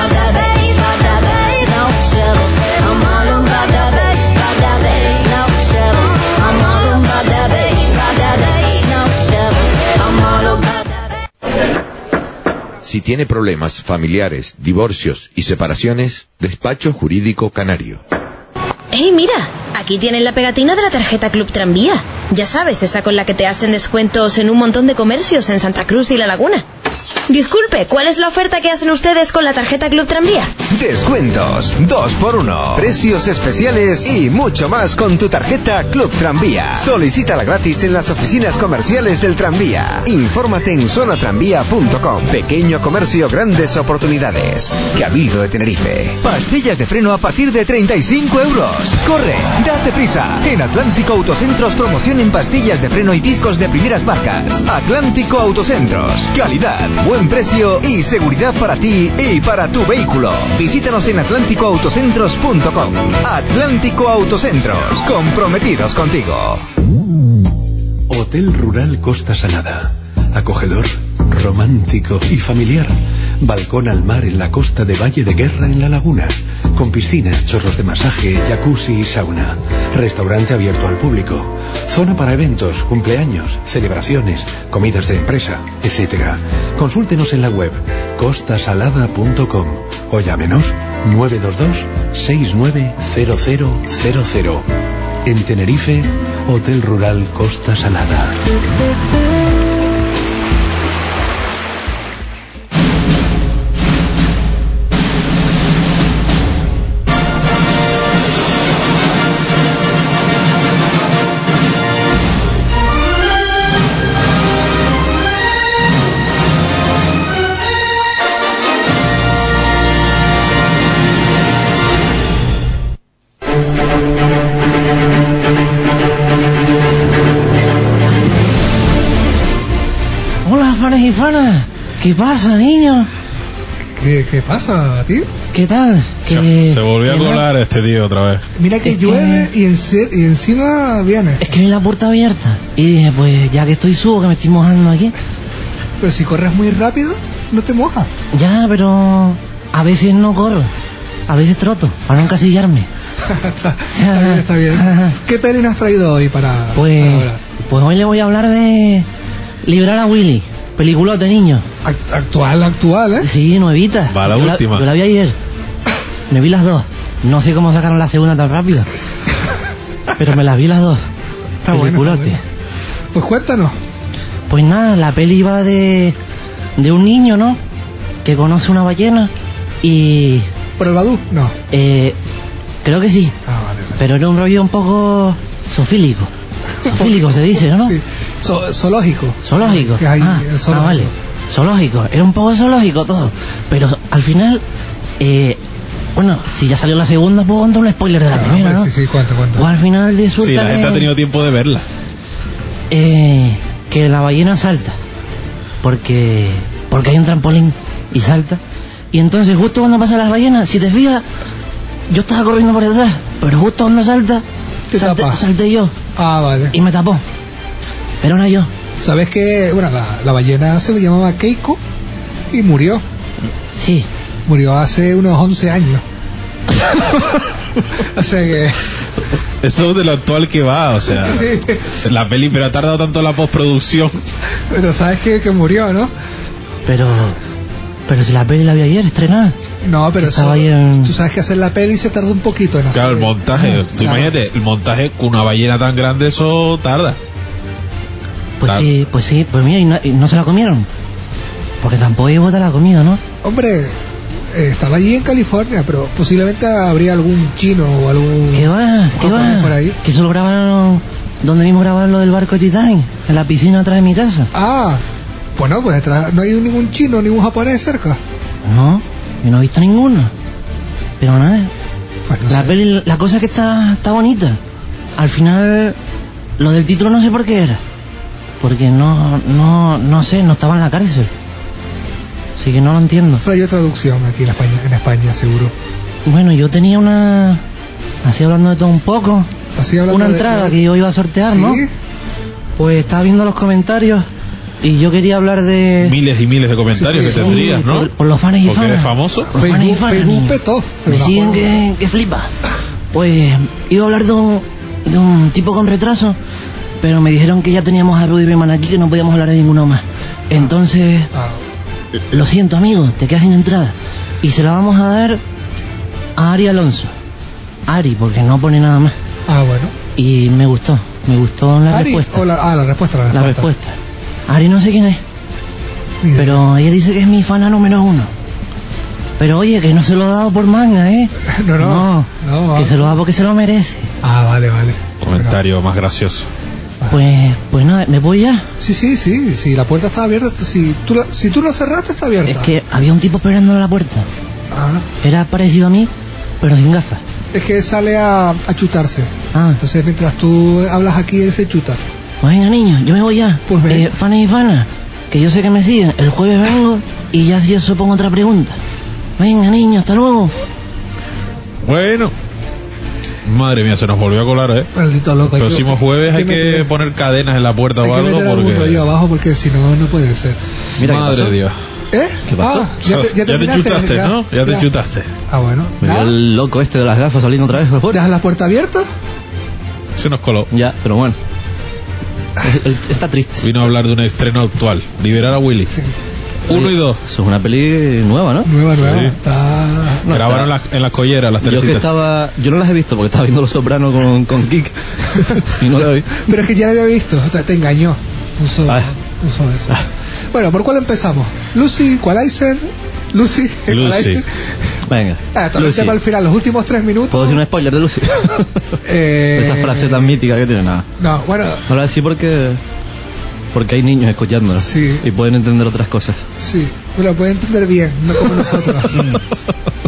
that bass, about that bass, no trouble. I'm all about that bass, about that bass, no trouble. I'm all about that bass, about that bass, no trouble. I'm all about that bass.
Si tiene problemas familiares, divorcios y separaciones, Despacho Jurídico Canario.
¡Ey, mira! Aquí tienen la pegatina de la tarjeta Club Tranvía. Ya sabes, esa con la que te hacen descuentos en un montón de comercios en Santa Cruz y La Laguna. Disculpe, ¿cuál es la oferta que hacen ustedes con la tarjeta Club Tranvía?
Descuentos, 2 por 1 precios especiales y mucho más con tu tarjeta Club Tranvía. Solicítala gratis en las oficinas comerciales del tranvía. Infórmate en zonatranvía.com. Pequeño comercio, grandes oportunidades. Cabildo de Tenerife. Pastillas de freno a partir de 35 euros. Corre, date prisa. En Atlántico Autocentros promoción en pastillas de freno y discos de primeras marcas. Atlántico Autocentros. Calidad, buen precio y seguridad para ti y para tu vehículo. Visítanos en atlánticoautocentros.com. Atlántico Autocentros. Comprometidos contigo.
Hotel Rural Costa Salada. Acogedor, romántico y familiar. Balcón al mar en la costa de Valle de Guerra en la laguna. Con piscina, chorros de masaje, jacuzzi y sauna. Restaurante abierto al público.
Zona para eventos, cumpleaños, celebraciones, comidas de empresa, etc. Consúltenos en la web costasalada.com o llámenos 922-690000. En Tenerife, Hotel Rural Costa Salada.
Hola, fanes y fanas. ¿Qué pasa, niño?
¿Qué, qué pasa, tío?
¿Qué tal?
Se,
¿Qué-
se volvió a
qué más?
colar este tío otra vez.
Mira que
Es que-
llueve Y, enci- y encima viene.
Es que vi la puerta abierta y dije, pues ya que estoy subo, que me estoy mojando aquí.
Pero si corres muy rápido, no te mojas.
Ya, pero a veces no corro, a veces troto, para no encasillarme.
[laughs] está, está bien, está bien. ¿Qué peli nos has traído hoy para, para
Pues,
hablar?
pues hoy le voy a hablar de Librar a Willy, película de niño.
Act- Actual, actual, ¿eh?
Sí, nuevita.
Va la
Yo
última.
yo la vi ayer. Me vi las dos. No sé cómo sacaron la segunda tan rápido. Pero me las vi las dos.
Está bueno, está
Peliculote.
bueno. Pues cuéntanos.
Pues nada, la peli va de, de un niño, ¿no? Que conoce una ballena y
¿Por el Badú? No.
eh, creo que sí,
Ah, vale, vale.
pero era un rollo un poco zoofílico. Zoofílico se dice, ¿no?
Sí. Zo- zoológico.
Zoológico.
Que hay
ah,
el zoológico.
ah, vale. Zoológico. Era un poco zoológico todo. Pero al final, eh, bueno, si ya salió la segunda, puedo contar un spoiler de la
Ah,
primera,
hombre,
¿no?
Sí, sí, cuenta, cuenta.
Pues al final resulta
Sí, la gente
que-
ha tenido tiempo de verla.
eh, que la ballena salta. Porque, porque hay un trampolín y salta. Y entonces justo cuando pasan las ballenas, si te fijas, yo estaba corriendo por detrás, pero justo cuando salta,
Te
salté,
tapa.
salté yo
Ah, vale.
y me tapó. Pero no yo.
¿Sabes que Bueno, la, la ballena se le llamaba Keiko y murió.
Sí.
Murió hace unos 11 años. [laughs] o sea que... [laughs]
Eso es de lo actual que va, o sea. La peli, pero ha tardado tanto la postproducción.
Pero sabes que, que murió, ¿no?
Pero, pero si la peli la vi ayer estrenada.
No, pero
Estaba
eso-
ahí en-
tú sabes que hacer la peli se tarda un poquito en hacer.
Claro, el montaje. Tú
Claro.
imagínate, el montaje con una ballena tan grande, eso tarda.
Pues
Claro.
sí, pues sí, pues mira, y no, y no se la comieron. Porque tampoco iba a la comida, ¿no?
Hombre, eh, estaba allí en California, pero posiblemente habría algún chino o algún...
¿Qué va? ¿Qué
japonés
va?
por ahí.
Que eso lo grabaron donde mismo grabaron lo del barco Titanic, en la piscina atrás de mi casa.
Ah, bueno, pues atrás no hay ningún chino, ningún japonés cerca.
No, yo no he visto ninguno. Pero nada,
Pues no
la
sé.
peli, la cosa es que está, está bonita. Al final, lo del título no sé por qué era. Porque no, no, no sé, no estaba en la cárcel. Así que no lo entiendo.
Hay traducción aquí en España, en España seguro.
Bueno, yo tenía una... Así hablando de todo un poco.
Así hablando
Una
de-
entrada
de-
que yo iba a sortear, ¿no?
Sí.
Pues estaba viendo los comentarios y yo quería hablar de...
Miles y miles de comentarios
Eh. Sí, sí,
que
Sí,
tendrías, ¿no?
Por, por los fans y
Porque
fanas.
eres famoso.
Por los fanes y
Facebook-
fanas,
Facebook
niño.
petó.
Me
Una
siguen
joda.
que, que flipa. Pues iba a hablar de un, de un tipo con retraso, pero me dijeron que ya teníamos a Rudy Rayman aquí, que no podíamos hablar de ninguno más. Entonces,
Ah,
lo siento, amigo, te quedas sin entrada. Y se la vamos a dar a Ari Alonso. Ari, porque no pone nada más.
ah, bueno.
Y me gustó, me gustó la
Ari,
respuesta.
o la, ah, la respuesta, la
la
respuesta.
respuesta. Ari no sé quién es.
Mira.
Pero ella dice que es mi fana número uno. Pero oye, que no se lo ha dado por manga, ¿eh?
[laughs] No, no. No,
que
ah.
se lo da porque se lo merece.
Ah, vale, vale.
Comentario más gracioso.
Ah.
Pues, pues nada, me voy ya.
Sí, sí, sí, sí, la puerta está abierta. Si tú, la- si tú la cerraste, está abierta.
Es que había un tipo esperando a la puerta.
Ah,
Era parecido a mí, pero sin gafas.
es que sale a, a chutarse.
Ah,
Entonces, mientras tú hablas aquí, él se chuta.
pues venga niño, yo me voy ya.
Pues ve.
eh, fanas y fanas, que yo sé que me siguen. El jueves vengo y ya si eso pongo otra pregunta. Venga niño, hasta luego.
Bueno. Madre mía, se nos volvió a colar, ¿eh?
Maldito loco.
El
hay que-
próximo jueves hay que
meter-
poner cadenas en la puerta
hay
o
que
algo
meter algún rollo
porque...
abajo porque si no, no puede ser.
Mira qué
Madre
pasó.
de Dios.
¿Eh?
pasó?
Ah, ya, te, ya terminaste,
chutaste,
ya-
¿no? Ya te chutaste.
Ah, bueno.
Me vio
Nada.
el loco este de las gafas saliendo otra vez por fuera.
¿Dejas la puerta abierta?
Se nos coló.
Ya, pero bueno.
Él Está triste.
Vino a hablar de un estreno actual. Liberar a Willy. Uno y dos.
Eso es una peli nueva, ¿no?
Nueva, nueva.
Sí.
Está...
No,
Grabaron
está-
las- en las colleras, las
Yo que
tercitas.
estaba. Yo no las he visto porque estaba viendo Los Sopranos con, con Kik. [laughs] y no la vi.
Pero es que ya lo había visto, te, te engañó. Puso,
Ah.
puso eso. Bueno, ¿por cuál empezamos? Lucy, Equalizer, Lucy, Equalizer.
Venga.
Ah, también
Lucy.
para el final, los últimos tres minutos.
¿Puedo decir un spoiler
[laughs]
de Lucy?
Eh,
Esa frase tan mítica que tiene nada.
No, bueno,
No la voy a decir porque. Porque hay niños escuchándola.
Sí.
Y pueden entender otras cosas.
sí, tú lo puedes entender bien, no como nosotros.
[laughs] Mm.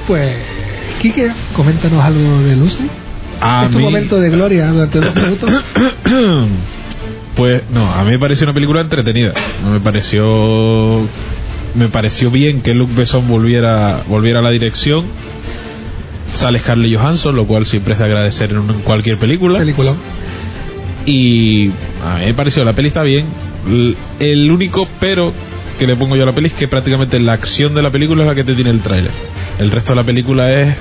pues, Quique, coméntanos algo de Lucy.
A
este es tu
mí-
momento de gloria durante dos
[coughs]
minutos.
pues no, a mí me pareció una película entretenida. Me pareció me pareció bien que Luc Besson volviera volviera a la dirección. Sale Scarlett Johansson, lo cual siempre es de agradecer en, un- en cualquier película.
Peliculón.
Y a mí me pareció, la peli está bien. L- El único pero que le pongo yo a la peli es que prácticamente la acción de la película es la que te tiene el tráiler. El resto de la película es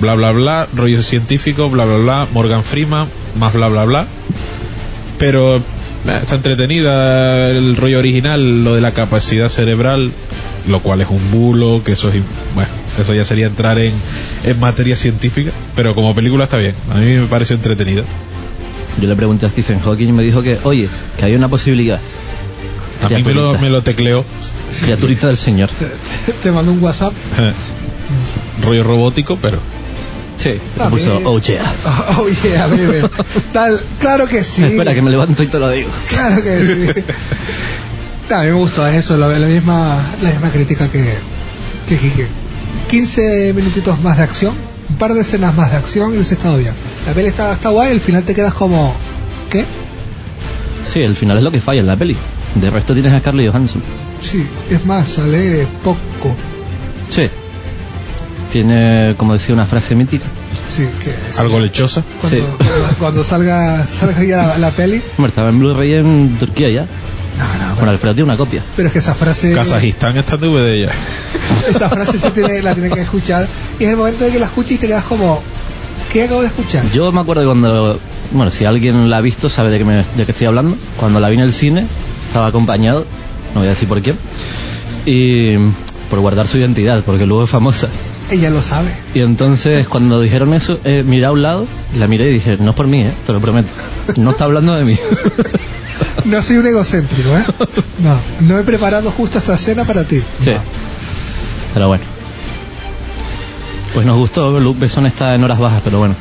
bla bla bla, rollo científico, bla bla bla, Morgan Freeman, más bla bla bla. Pero eh, está entretenida el rollo original, lo de la capacidad cerebral, lo cual es un bulo, que eso es, im- bueno, eso ya sería entrar en, en materia científica, pero como película está bien. A mí me pareció entretenida.
Yo le pregunté a Stephen Hawking y me dijo que, oye, que hay una posibilidad.
A mí me lo,
Criaturita.
me lo tecleó.
Criaturita del Señor.
Te mando un WhatsApp. [laughs]
eh, Rollo robótico, pero.
Sí.
Ah,
Puso,
bien.
oh yeah.
Oh, yeah, baby. Tal, claro que sí.
Espera, que me levanto y te lo digo.
Claro que [laughs] sí. No, a mí me gustó es eso, la, la misma, la misma crítica que, que Quique. 15 minutitos más de acción, un par de escenas más de acción y hubiese estado bien. La peli está, está guay, al final te quedas como... ¿Qué?
Sí, el final es lo que falla en la peli. De resto tienes a Scarlett Johansson.
Sí, es más, sale poco.
Sí. Tiene, como decía, una frase mítica.
Sí, que es-
Algo lechosa.
cuando,
sí.
cuando, cuando salga, salga ya la, la peli...
Hombre, estaba en Blu-ray en Turquía ya.
No, no,
Bueno, Alfredo tiene una copia.
pero es que esa frase...
Kazajistán está en DVD ya.
Esa frase se tiene, la tiene que escuchar y es el momento de que la escuches y te quedas como... ¿Qué acabo de escuchar?
Yo me acuerdo de cuando, bueno, si alguien la ha visto sabe de qué, me- de qué estoy hablando. Cuando la vi en el cine, estaba acompañado, no voy a decir por quién, y mm, por guardar su identidad, porque luego es famosa.
Ella lo sabe.
Y entonces cuando dijeron eso, eh, miré a un lado, la miré y dije, no es por mí, eh, te lo prometo. No está hablando de mí.
No soy un egocéntrico, ¿eh? No, no he preparado justo esta cena para ti.
Sí. Pero bueno. Pues nos gustó, Luke Besson está en horas bajas, pero bueno.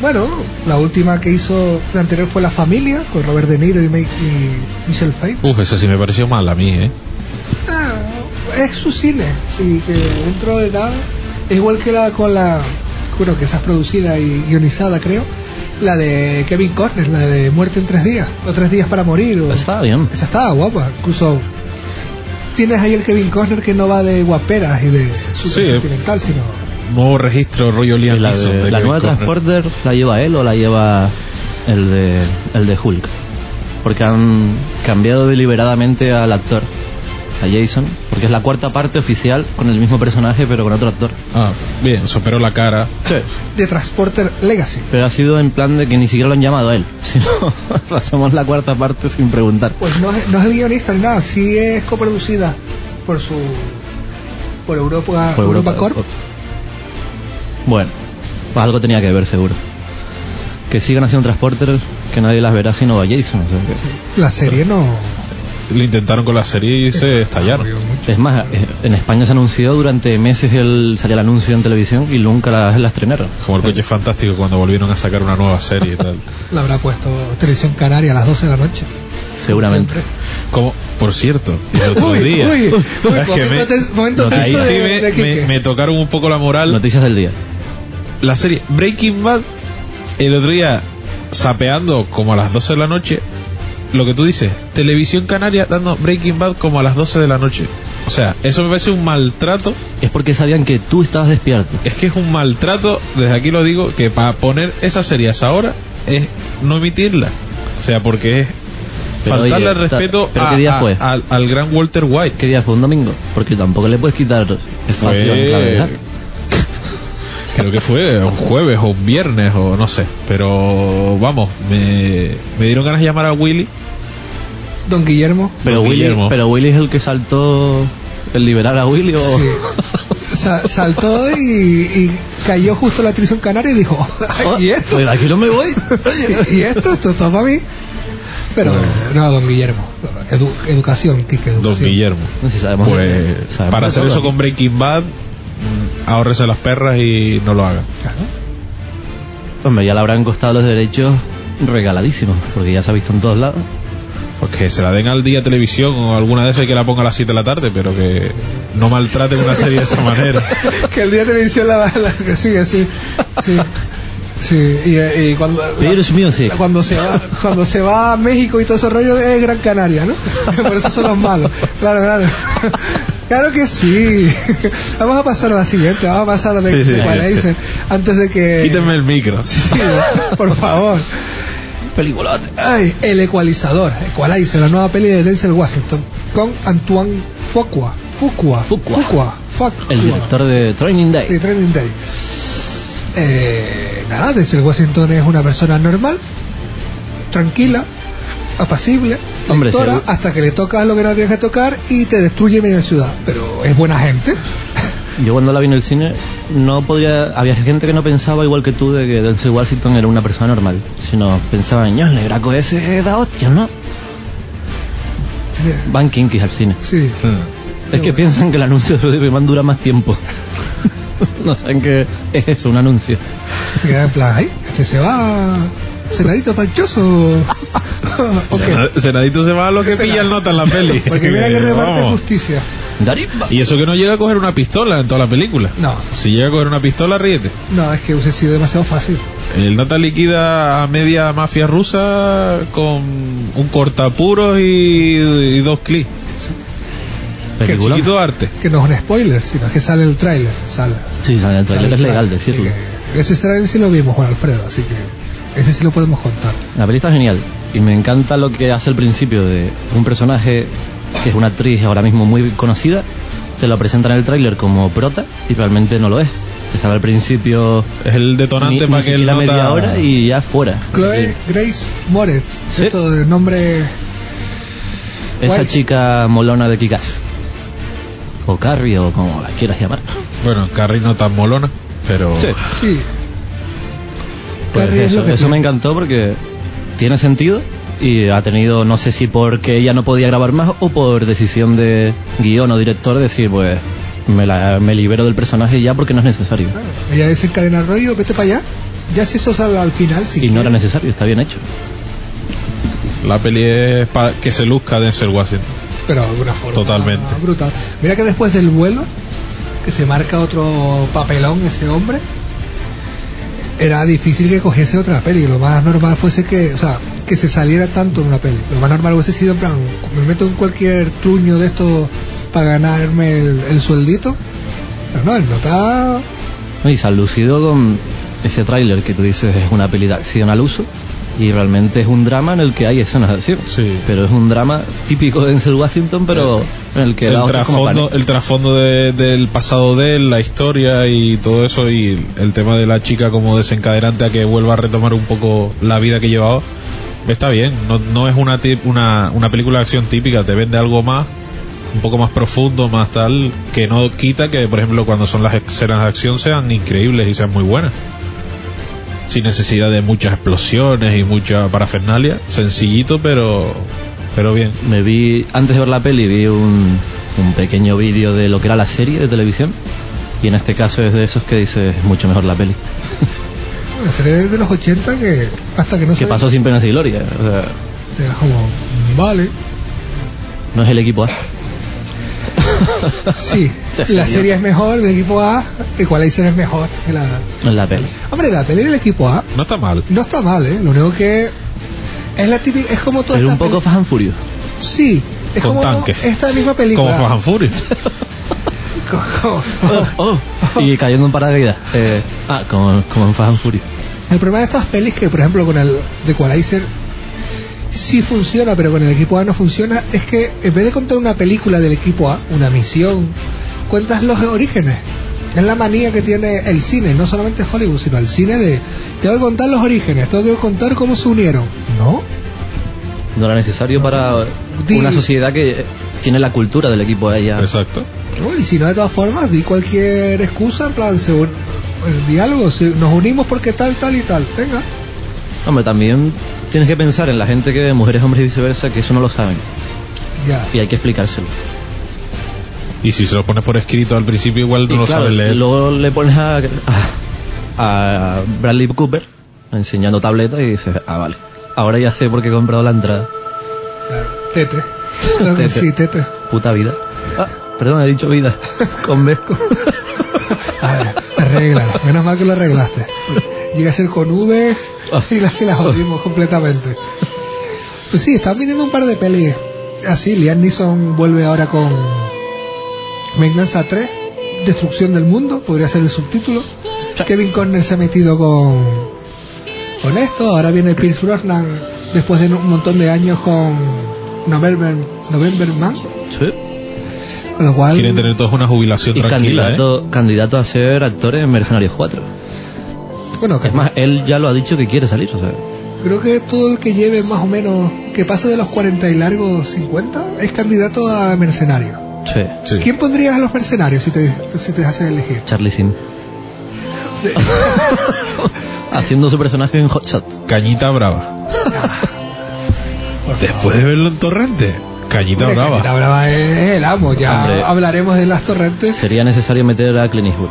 Bueno, la última que hizo, la anterior fue La Familia, con Robert De Niro y, Ma- y Michelle Pfeiffer.
Uf, eso sí me pareció mal a mí, ¿eh?
Ah, es su cine, sí, que dentro de nada. Es igual que la con la, bueno, que esa es producida y guionizada, creo. La de Kevin Costner, la de Muerte en tres días, o tres días para morir. O...
Pero Estaba bien.
Esa estaba guapa, incluso tienes ahí el Kevin Costner que no va de guaperas y de super sentimental, sino
Nuevo registro, rollo
Y
Liam
La,
Neeson.
de,
de
la
Kevin
nueva
Costner.
Transporter la lleva él o la lleva el de, el de Hulk. Porque han cambiado deliberadamente al actor, a Jason, porque es la cuarta parte oficial con el mismo personaje pero con otro actor.
Ah, bien, superó la cara.
Sí.
de Transporter Legacy.
Pero ha sido en plan de que ni siquiera lo han llamado a él, [laughs] sino hacemos la cuarta parte sin preguntar.
Pues no es, no es el guionista ni nada, sí es coproducida por su por Europa,
Por
Europa,
Europa-
Corp.
Bueno, pues algo tenía que ver seguro. Que sigan haciendo transporters, que nadie las verá si no va Jason. o sea que-
La serie no
Lo intentaron con la serie y se estallaron.
Es más, eh, en España se anunció durante meses el salía el anuncio en televisión y nunca la, la estrenaron.
Como el coche fantástico cuando volvieron a sacar una nueva serie y tal.
la habrá puesto Televisión Canaria a las 12 de la noche.
Seguramente.
Como, por cierto, el otro
Uy,
día.
uy, uy,
es que me-
momento ten- momento
ahí
tenso
sí
de-
me-
de Quique.
me- me tocaron un poco la moral.
Noticias del día.
la serie Breaking Bad, el otro día, sapeando como a las 12 de la noche, lo que tú dices, televisión canaria dando Breaking Bad como a las 12 de la noche. O sea, eso me parece un maltrato,
Es porque sabían que tú estabas despierto.
es que es un maltrato, desde aquí lo digo, que para poner esa serie a esa hora es no emitirla. O sea, porque es
Pero
faltarle
oye,
al respeto
ta- ¿pero qué
a-
día
a-
fue?
al, al gran Walter White.
¿Qué día fue? ¿Un domingo? Porque tampoco le puedes quitar espacio a la clave.
Creo que fue un jueves o un viernes o no sé. Pero vamos, me, me dieron ganas de llamar a Willy
Don Guillermo.
Pero
Don
Willy,
Guillermo.
pero Willy es el que saltó el liberar a Willy o...
Sí. Sa- saltó y, y cayó justo en la atrición canaria y dijo, ¿y esto?
Oye, Oh, pues aquí no me voy.
[laughs] ¿Y esto? ¿Esto está para mí? Pero no, don Guillermo. Edu- educación, Quique,
Don
educación.
Guillermo.
No sé si sabemos
Pues
de- sabemos
para
de
hacer
todo,
eso
¿no?
con Breaking Bad, mm, ahórrese las perras y no lo hagan.
Claro.
Hombre, ya le habrán costado los derechos regaladísimos, porque ya se ha visto en todos lados.
Pues que se la den al día televisión o alguna de esas y que la ponga a las 7 de la tarde, pero que no maltraten una serie de esa manera.
[laughs] Que el día de televisión la va la que sigue, sí. Sí. Sí, y, y cuando,
Beatles Music.
cuando se va cuando se va a México y todo ese rollo es Gran Canaria, ¿no? [laughs] Por eso son los malos. Claro, claro. [laughs] Claro que sí. Vamos a pasar a la siguiente, vamos a pasar a de,
Sí, sí,
de Equalizer, antes de que
[laughs] Quítenme el [laughs] micro.
Sí, por favor.
Peliculote.
Ay, el ecualizador, Equalizer, la nueva peli de Denzel Washington con Antoine Fuqua, Fuqua,
Fuqua.
Fuqua, Fuqua.
El director de Training
de
Day.
Training Day. Eh, nada, Denzel Washington es una persona normal, tranquila, apacible,
Hombre,
lectora,
seguro.
hasta que le tocas lo que no tienes que tocar y te destruye media ciudad. Pero es buena
[laughs]
gente.
Yo cuando la vi en el cine no podía... Había gente que no pensaba igual que tú de que Denzel Washington era una persona normal, sino pensaban, yo, el negraco ese da hostias, ¿no? Van kinkis al cine.
Sí,
Hmm.
Es que piensan que el anuncio de Rodrigo Imán dura más tiempo. [laughs] no saben que es eso, un anuncio.
se queda en plan, ay, este se va, cenadito panchoso.
[laughs]
Ok,
Sena- Senadito se va a lo que pilla el nota en la [laughs] peli.
Porque mira que reparte
Vamos.
justicia.
Darimba.
Y eso que no llega a coger una pistola en toda la película.
No,
Si llega a coger una pistola, ríete.
no, es que hubiese sido demasiado fácil.
El Nata liquida a media mafia rusa con un cortapuros y, y dos clics.
Película.
Chiquito arte.
Que no es un spoiler, sino que sale el tráiler, sale.
Sí, sale
Sale
el trailer
el
es legal
tráiler,
decirlo.
así que Ese trailer sí lo vimos con Alfredo, así que ese sí lo podemos contar.
La peli está genial y me encanta lo que hace al principio de un personaje que es una actriz ahora mismo muy conocida. Te lo presentan en el tráiler como prota y realmente no lo es. Estaba al principio
Es el
ni,
detonante
ni
para que el
siquiera
nota...
media hora y ya fuera.
Chloe Grace Moretz,
Sí.
esto de nombre
Esa
Guay.
chica molona de Kikas. O Carrie o como la quieras llamar.
Bueno, Carrie no tan molona, pero...
sí.
Pues
Carrie es
eso,
lo que
eso
tiene.
me encantó porque tiene sentido y ha tenido, no sé si porque ella no podía grabar más o por decisión de guión o director, decir, pues me, la- me libero del personaje ya porque no es necesario.
Ella desencadena el rollo, vete para allá. Ya si eso sale al final, sí.
Y no era necesario, está bien hecho.
La peli es para que se luzca Denzel Washington.
Pero de alguna forma
Totalmente.
brutal. Mira que después del vuelo, que se marca otro papelón ese hombre, era difícil que cogiese otra peli. Lo más normal fuese que, o sea, que se saliera tanto en una peli. Lo más normal hubiese sido, en plan, me meto en cualquier truño de estos para ganarme el, el sueldito. Pero no, el nota
No, Y se ha lucido con ese tráiler que tú dices es una peli de acción al uso y realmente es un drama en el que hay escenas de acción.
Sí.
Pero es un drama típico de Denzel Washington, pero en el que
el
da hostias como
trasfondo,
pan.
el trasfondo de- del pasado de él, la historia y todo eso, y el tema de la chica como desencadenante a que vuelva a retomar un poco la vida que llevaba, está bien. No, no es una, tip- una, una película de acción típica, te vende algo más, un poco más profundo, más tal, que no quita que, por ejemplo, cuando son las escenas de acción sean increíbles y sean muy buenas. Sin necesidad de muchas explosiones y mucha parafernalia. Sencillito, pero, pero bien.
me vi antes de ver la peli vi un, un pequeño vídeo de lo que era la serie de televisión y en este caso es de esos que dice es mucho mejor la peli
una serie de los 80 que hasta que no
que
se
pasó sin penas y gloria o sea,
te das como,
[laughs]
vale,
no es el equipo A
sí,
Se
la
salió.
serie es mejor del equipo A, Equalizer es mejor que la...
no es la peli
Hombre, la peli del equipo A
No está mal.
No está mal, ¿eh? Lo único que es la típica, es como toda
es
esta
un poco
peli-
Fast and Furious
sí, es
Con
como
tanque.
esta misma película.
Como Fast and Furious.
[laughs] Co- co-
Oh, oh, y cayendo en paracaídas Eh, ah como, como en Fast and Furious
El problema de estas pelis que, por ejemplo, con el de Qualizer sí funciona, pero con el equipo A no funciona, es que en vez de contar una película del equipo A, una misión, cuentas los orígenes. Es la manía que tiene el cine, no solamente Hollywood, sino el cine de tengo que contar los orígenes, tengo que contar cómo se unieron. No,
no era necesario para
di-
una sociedad que eh, tiene la cultura del equipo de allá.
Exacto.
Bueno, y si no, de todas formas, di cualquier excusa, en plan, según el diálogo, si nos unimos porque tal, tal y tal. Venga.
Hombre, también tienes que pensar en la gente que, mujeres, hombres y viceversa, que eso no lo saben.
Ya.
Y hay que explicárselo.
Y si se lo pones por escrito al principio, igual no
Y
lo
claro,
sabes leer.
y luego le pones a, a, a Bradley Cooper enseñando tabletas y dices, ah, vale. Ahora ya sé por qué he comprado la entrada.
Claro. Tete. Claro que
Tete.
Sí, tete.
Puta vida. Ah, perdón, he dicho vida. [laughs] Con B.
A ver, arregla. Menos mal que lo arreglaste. Llega a ser con V y la, y la jodimos completamente. Pues sí, están viniendo un par de pelis. Así, Liam Neeson vuelve ahora con Venganza 3, Destrucción del Mundo, podría ser el subtítulo. Kevin Conner se ha metido con, con esto. Ahora viene Pierce Brosnan después de un montón de años con November, November Man.
Sí.
Con lo cual,
Quieren tener todos una jubilación
Y
tranquila, ¿eh?
candidato, candidato a ser actor en Mercenarios 4.
bueno,
Es más, él ya lo ha dicho que quiere salir, o sea.
Creo que todo el que lleve más o menos, que pase de los 40 y largos 50, es candidato a mercenario.
Sí.
Sí.
¿Quién pondrías a los mercenarios si te, si te hacen elegir?
Charlie Sim. [laughs] Haciendo su personaje en Hot Shot.
Cañita Brava. Después de verlo en Torrente, Cañita
Hombre,
Brava.
Cañita Brava es el amo, ya
Hombre.
hablaremos de las torrentes.
Sería necesario meter a Clint Eastwood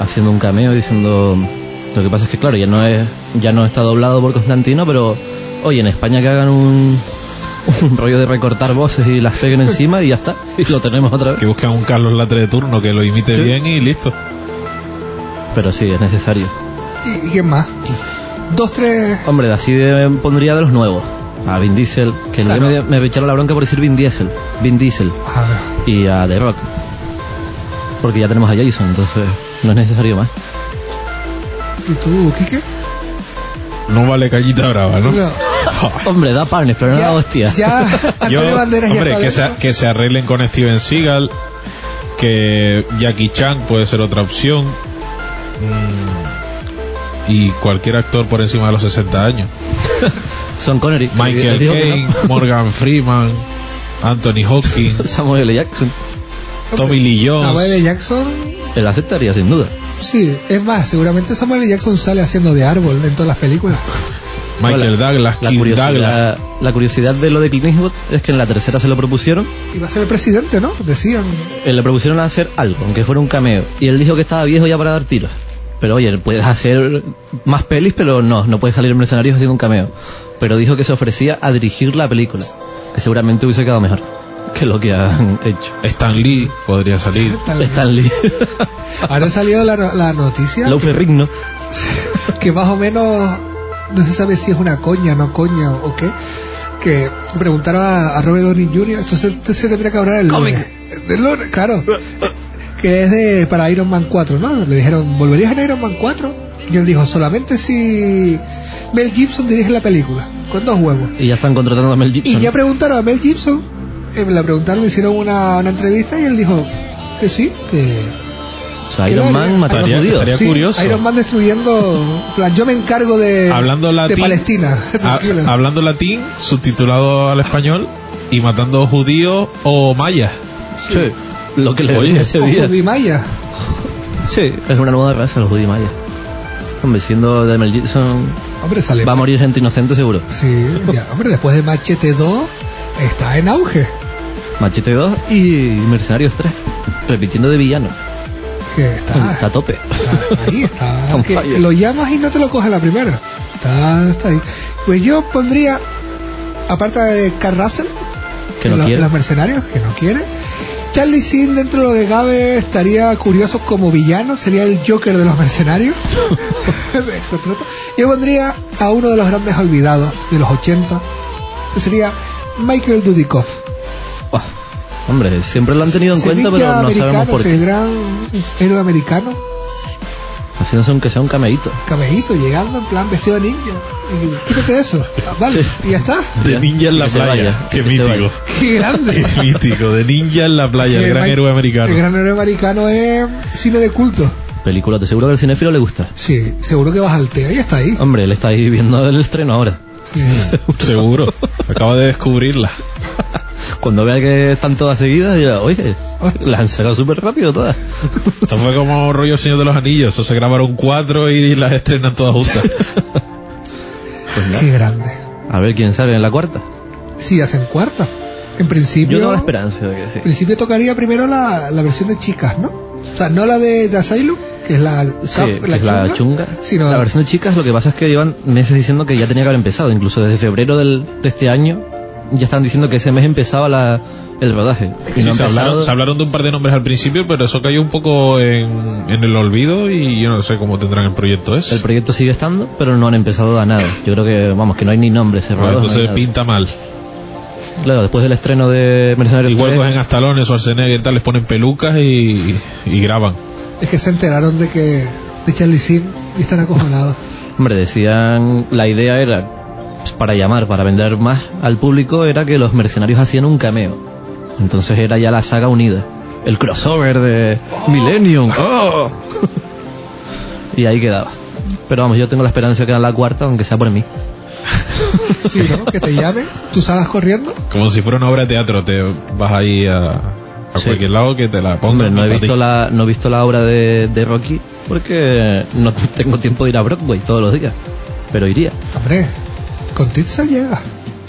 haciendo un cameo diciendo lo que pasa es que claro, ya no es ya no está doblado por Constantino, pero oye, en España que hagan un [laughs] un rollo de recortar voces y las peguen encima y ya está, [laughs] y lo tenemos otra
Que
vez.
buscan un Carlos Latre de turno que lo imite
Sí.
bien y listo.
Pero sí, es necesario.
¿Y, y quién más? Dos, tres.
Hombre, así de, pondría de los nuevos. A Vin Diesel, que el día
Claro.
me, me echaron la bronca por decir Vin Diesel. Vin Diesel.
A ver,
y a The Rock. Porque ya tenemos a Jason, entonces no es necesario más.
¿Y tú, Kike?
No vale Cañita Brava, ¿no? Ah,
Hombre, da panes, pero no da hostia.
[laughs]
Ya,
Yo-
Antonio Banderas
hombre,
ya está
que se,
dentro.
que se arreglen con Steven Seagal, que Jackie Chan puede ser otra opción. Mm, Y cualquier actor por encima de los 60 años.
Son Connery.
Michael
Digo que
Caine, Morgan Freeman, Anthony
no. [laughs]
Hopkins,
Samuel L. Jackson.
Tommy Lee
Samuel L.
Jones.
Jackson.
Él aceptaría, sin duda.
Sí, es más, seguramente Samuel L. Jackson sale haciendo de árbol en todas las películas.
Michael
La-
Douglas,
la
Kim
curiosidad,
Douglas.
La curiosidad de lo de Clint Eastwood es que en la tercera se lo propusieron.
Y va a ser el presidente, ¿no? Decían.
eh, le propusieron hacer algo, aunque fuera un cameo. Y él dijo que estaba viejo ya para dar tiros. Pero oye, puedes hacer más pelis, pero no, no puedes salir en mercenarios haciendo un cameo. Pero dijo que se ofrecía a dirigir la película, que seguramente hubiese quedado mejor que lo que han hecho.
Stan Lee podría salir.
Tal-
Stan Lee.
Ahora ha salido la, la noticia
Lou Ferrigno.
que más o menos no se sabe si es una coña, no coña o qué. Que preguntaron a, a Robert Downey Jr. Esto se, se tendría que hablar el lunes. El lunes, claro. Que es de para Iron Man 4, ¿no? Le dijeron, ¿volverías en Iron Man 4? Y él dijo, solamente si Mel Gibson dirige la película, con dos huevos.
Y ya están contratando a Mel Gibson.
Y ya preguntaron a Mel Gibson, eh, le preguntaron, le hicieron una, una entrevista y él dijo que sí, que,
o sea, Iron
Claro.
Man matando
Estaría-
a judíos.
estaría-
Sí,
curioso.
Iron Man destruyendo. en plan, yo me encargo de.
Hablando
de
latín. Ah,
Palestina. [laughs]
Ha-
Tranquilo.
hablando latín, subtitulado al español y matando judíos o mayas.
Sí. Lo que le
Oye.
oí ese
Ojo,
día.
mi Maya.
Sí, es una nueva raza, los judíos mayas. Hombre, siendo de Mel Gibson,
Hombre, sale.
va a morir gente inocente seguro.
Sí, ya. Hombre, después de Machete 2, está en auge.
Machete 2 y Mercenarios 3. Repitiendo de villano.
Que está.
Está a tope.
está ahí
Está
está.
on
que
fire.
lo llamas y no te lo coge a la primera. Está, está ahí. Pues yo pondría. Aparte de Carl Russell,
Que
en
no
lo- en
quiere.
los mercenarios, que no quiere. Charlie Sin dentro de lo que cabe estaría curioso como villano, sería el Joker de los
[laughs]
mercenarios. Lo trato. Yo pondría a uno de los grandes olvidados de los 80, que sería Michael Dudikoff.
Buah. Hombre, siempre lo han tenido en cuenta, pero no sabemos por
el
qué.
gran héroe americano,
Haciéndose aunque sea un cameíto.
camellito llegando en plan vestido de ninja. Y, quítate eso, vale, y ya
[laughs]
está.
De
Ya.
ninja en la
Que se
playa.
vaya,
Qué
que se
mítico.
vaya.
Qué grande.
[laughs] Qué mítico. De ninja en la playa, el gran
Mike-
héroe
El
americano.
gran héroe americano es cine de culto.
Película, te seguro que al cinéfilo le gusta.
Sí, seguro que vas al TEA y está ahí.
Hombre, él está ahí viendo el estreno ahora. [laughs]
[laughs] Seguro. Acabo de descubrirla.
Cuando vea que están todas seguidas, dirá, oye, las han sacado súper rápido todas.
Esto fue como rollo Señor de los Anillos. O se grabaron cuatro y las estrenan todas juntas.
Qué grande.
Pues A ver quién sale en la cuarta.
Sí, hacen cuarta. En
Yo
principio.
tengo la esperanza de que
En
sí.
principio tocaría primero la, la versión de chicas, ¿no? O sea, no la de, de Asylum, que es la,
Sí,
caf-
que es la chunga.
sino
La versión de chicas, lo que pasa es que llevan meses diciendo que ya tenía que haber empezado. Incluso desde febrero del, de este año ya están diciendo que ese mes empezaba la, el rodaje. Y
Sí,
no ha
se,
empezado.
hablaron, se hablaron de un par de nombres al principio, pero eso cayó un poco en, en el olvido y yo no sé cómo tendrán el proyecto
El
eso.
proyecto sigue estando, pero no han empezado a nada. Yo creo que, vamos, que no hay ni nombres cerrados. no hay
entonces
nada.
pinta mal.
Claro, después del estreno de Mercenarios
Igual
3,
cogen astalones, Schwarzenegger y tal, les ponen pelucas y, y graban.
es que se enteraron de que de Charlie Sin y están
[laughs]
acojonados.
hombre, decían, la idea era, pues, para llamar, para vender más al público, era que los mercenarios hacían un cameo. Entonces era ya la saga unida. El crossover de Millennium. ¡Oh! [laughs] y ahí quedaba. Pero vamos, yo tengo la esperanza de que era la cuarta, aunque sea por mí.
Sí, ¿no? Que te llamen, tú salgas corriendo.
Como si fuera una obra de teatro, te vas ahí a, a
Sí.
cualquier lado que te la pongan.
Hombre, no he
para ti.
visto la, no he visto la obra de, de Rocky porque no [laughs] tengo tiempo de ir a Broadway todos los días. Pero iría.
Hombre, con Titsa llega.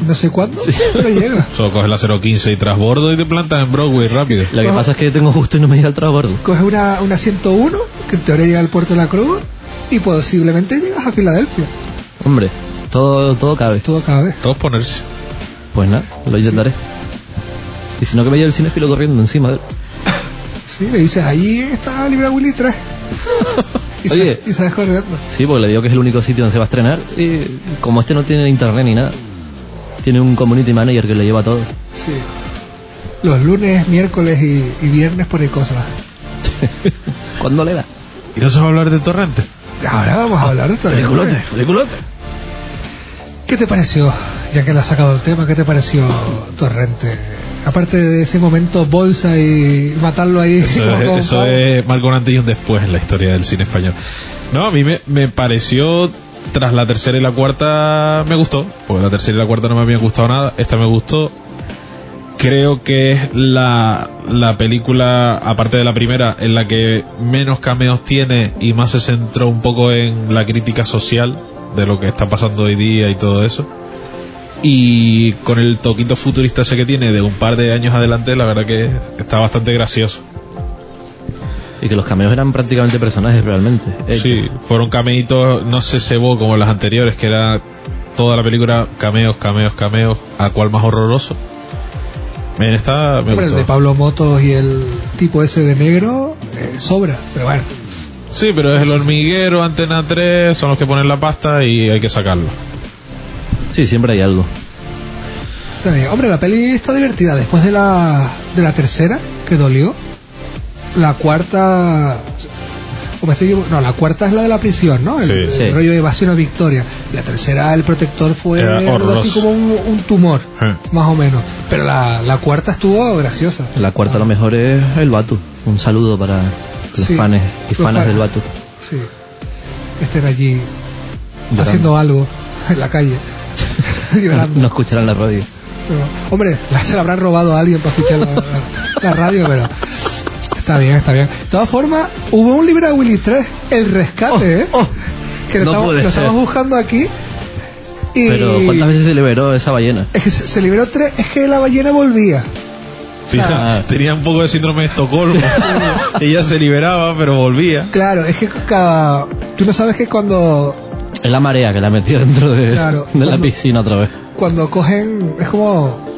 No sé cuándo, pero llega.
Solo coges la 015 y trasbordo y te plantas en Broadway rápido.
Lo que pasa es que yo tengo gusto y no me iré al transbordo.
Coges una, una 101, que en teoría llega al puerto de la Cruz, y posiblemente llegas a Filadelfia.
Hombre, todo, todo cabe.
Todo cabe.
Todos ponerse.
Pues nada, lo intentaré. Y si no, que me lleve el cinefilo corriendo encima. de él.
Sí, le dices, ahí está Libra Willy
[laughs]
3. Y, sa-
Oye.
y sales corriendo.
Sí, porque le digo que es el único sitio donde se va a estrenar. Y como este no tiene internet ni nada, tiene un community manager que le lleva todo.
Sí. Los lunes, miércoles y, y viernes pone cosas.
¿Cuándo le da?
¿Y no se va a hablar de torrente?
Ahora vamos a hablar de todo.
peliculote.
¿Qué te pareció? Ya que le has sacado el tema, ¿qué te pareció Torrente? Aparte de ese momento bolsa y matarlo ahí.
Eso,
como [laughs] con-
es, eso es marco un antes y un después en la historia del cine español. No, a mí me, me pareció, tras la tercera y la cuarta, me gustó. Porque la tercera y la cuarta no me habían gustado nada. Esta me gustó. Creo que es la, la película, aparte de la primera, en la que menos cameos tiene y más se centró un poco en la crítica social de lo que está pasando hoy día y todo eso. Y con el toquito futurista ese que tiene de un par de años adelante, la verdad que está bastante gracioso.
Y que los cameos eran prácticamente personajes realmente. Eh, Ellos.
Sí, fueron cameitos, no se cebó como las anteriores, que era toda la película cameos, cameos, cameos, a cual más horroroso. En esta me
Hombre, el de
gustó.
Pablo Motos y el tipo ese de negro eh, sobra, pero bueno.
Sí, pero es el hormiguero, Antena 3, son los que ponen la pasta y hay que sacarlo.
Sí, siempre hay algo.
Está bien. Hombre, la peli está divertida. Después de la, de la tercera, que dolió, la cuarta. o me estoy equivo- no, la cuarta es la de la prisión, ¿no? El,
Sí.
el
Sí.
rollo de evasión a victoria. La tercera, el protector, fue
Era
algo así
horroroso.
como un, un tumor,
Eh.
más o menos. Pero la, la cuarta estuvo graciosa.
La cuarta a lo mejor es el Batu. Un saludo para los
Sí,
fans y
los
fanas
fans.
del Batu.
Sí. Estén allí haciendo algo en la calle, [laughs] llorando.
[laughs] No escucharán la radio.
Pero, hombre, la- se la habrán robado a alguien para escuchar la, la- la radio, pero está bien, está bien. De todas formas, hubo un libro de Willy 3, El Rescate, ¿eh?
oh,
que lo,
no
estamos,
puede
lo
ser.
estamos buscando aquí. Y
Pero ¿cuántas veces se liberó esa ballena?
Es que se, se liberó tres, es que la ballena volvía.
[laughs] Tenía, tenía un poco de síndrome de
[laughs]
Estocolmo. Ella se liberaba, pero volvía.
Claro, es que cada- tú no sabes que cuando
Es la marea que la metió dentro de,
Claro,
de la
cuando-
piscina otra vez.
cuando cogen es como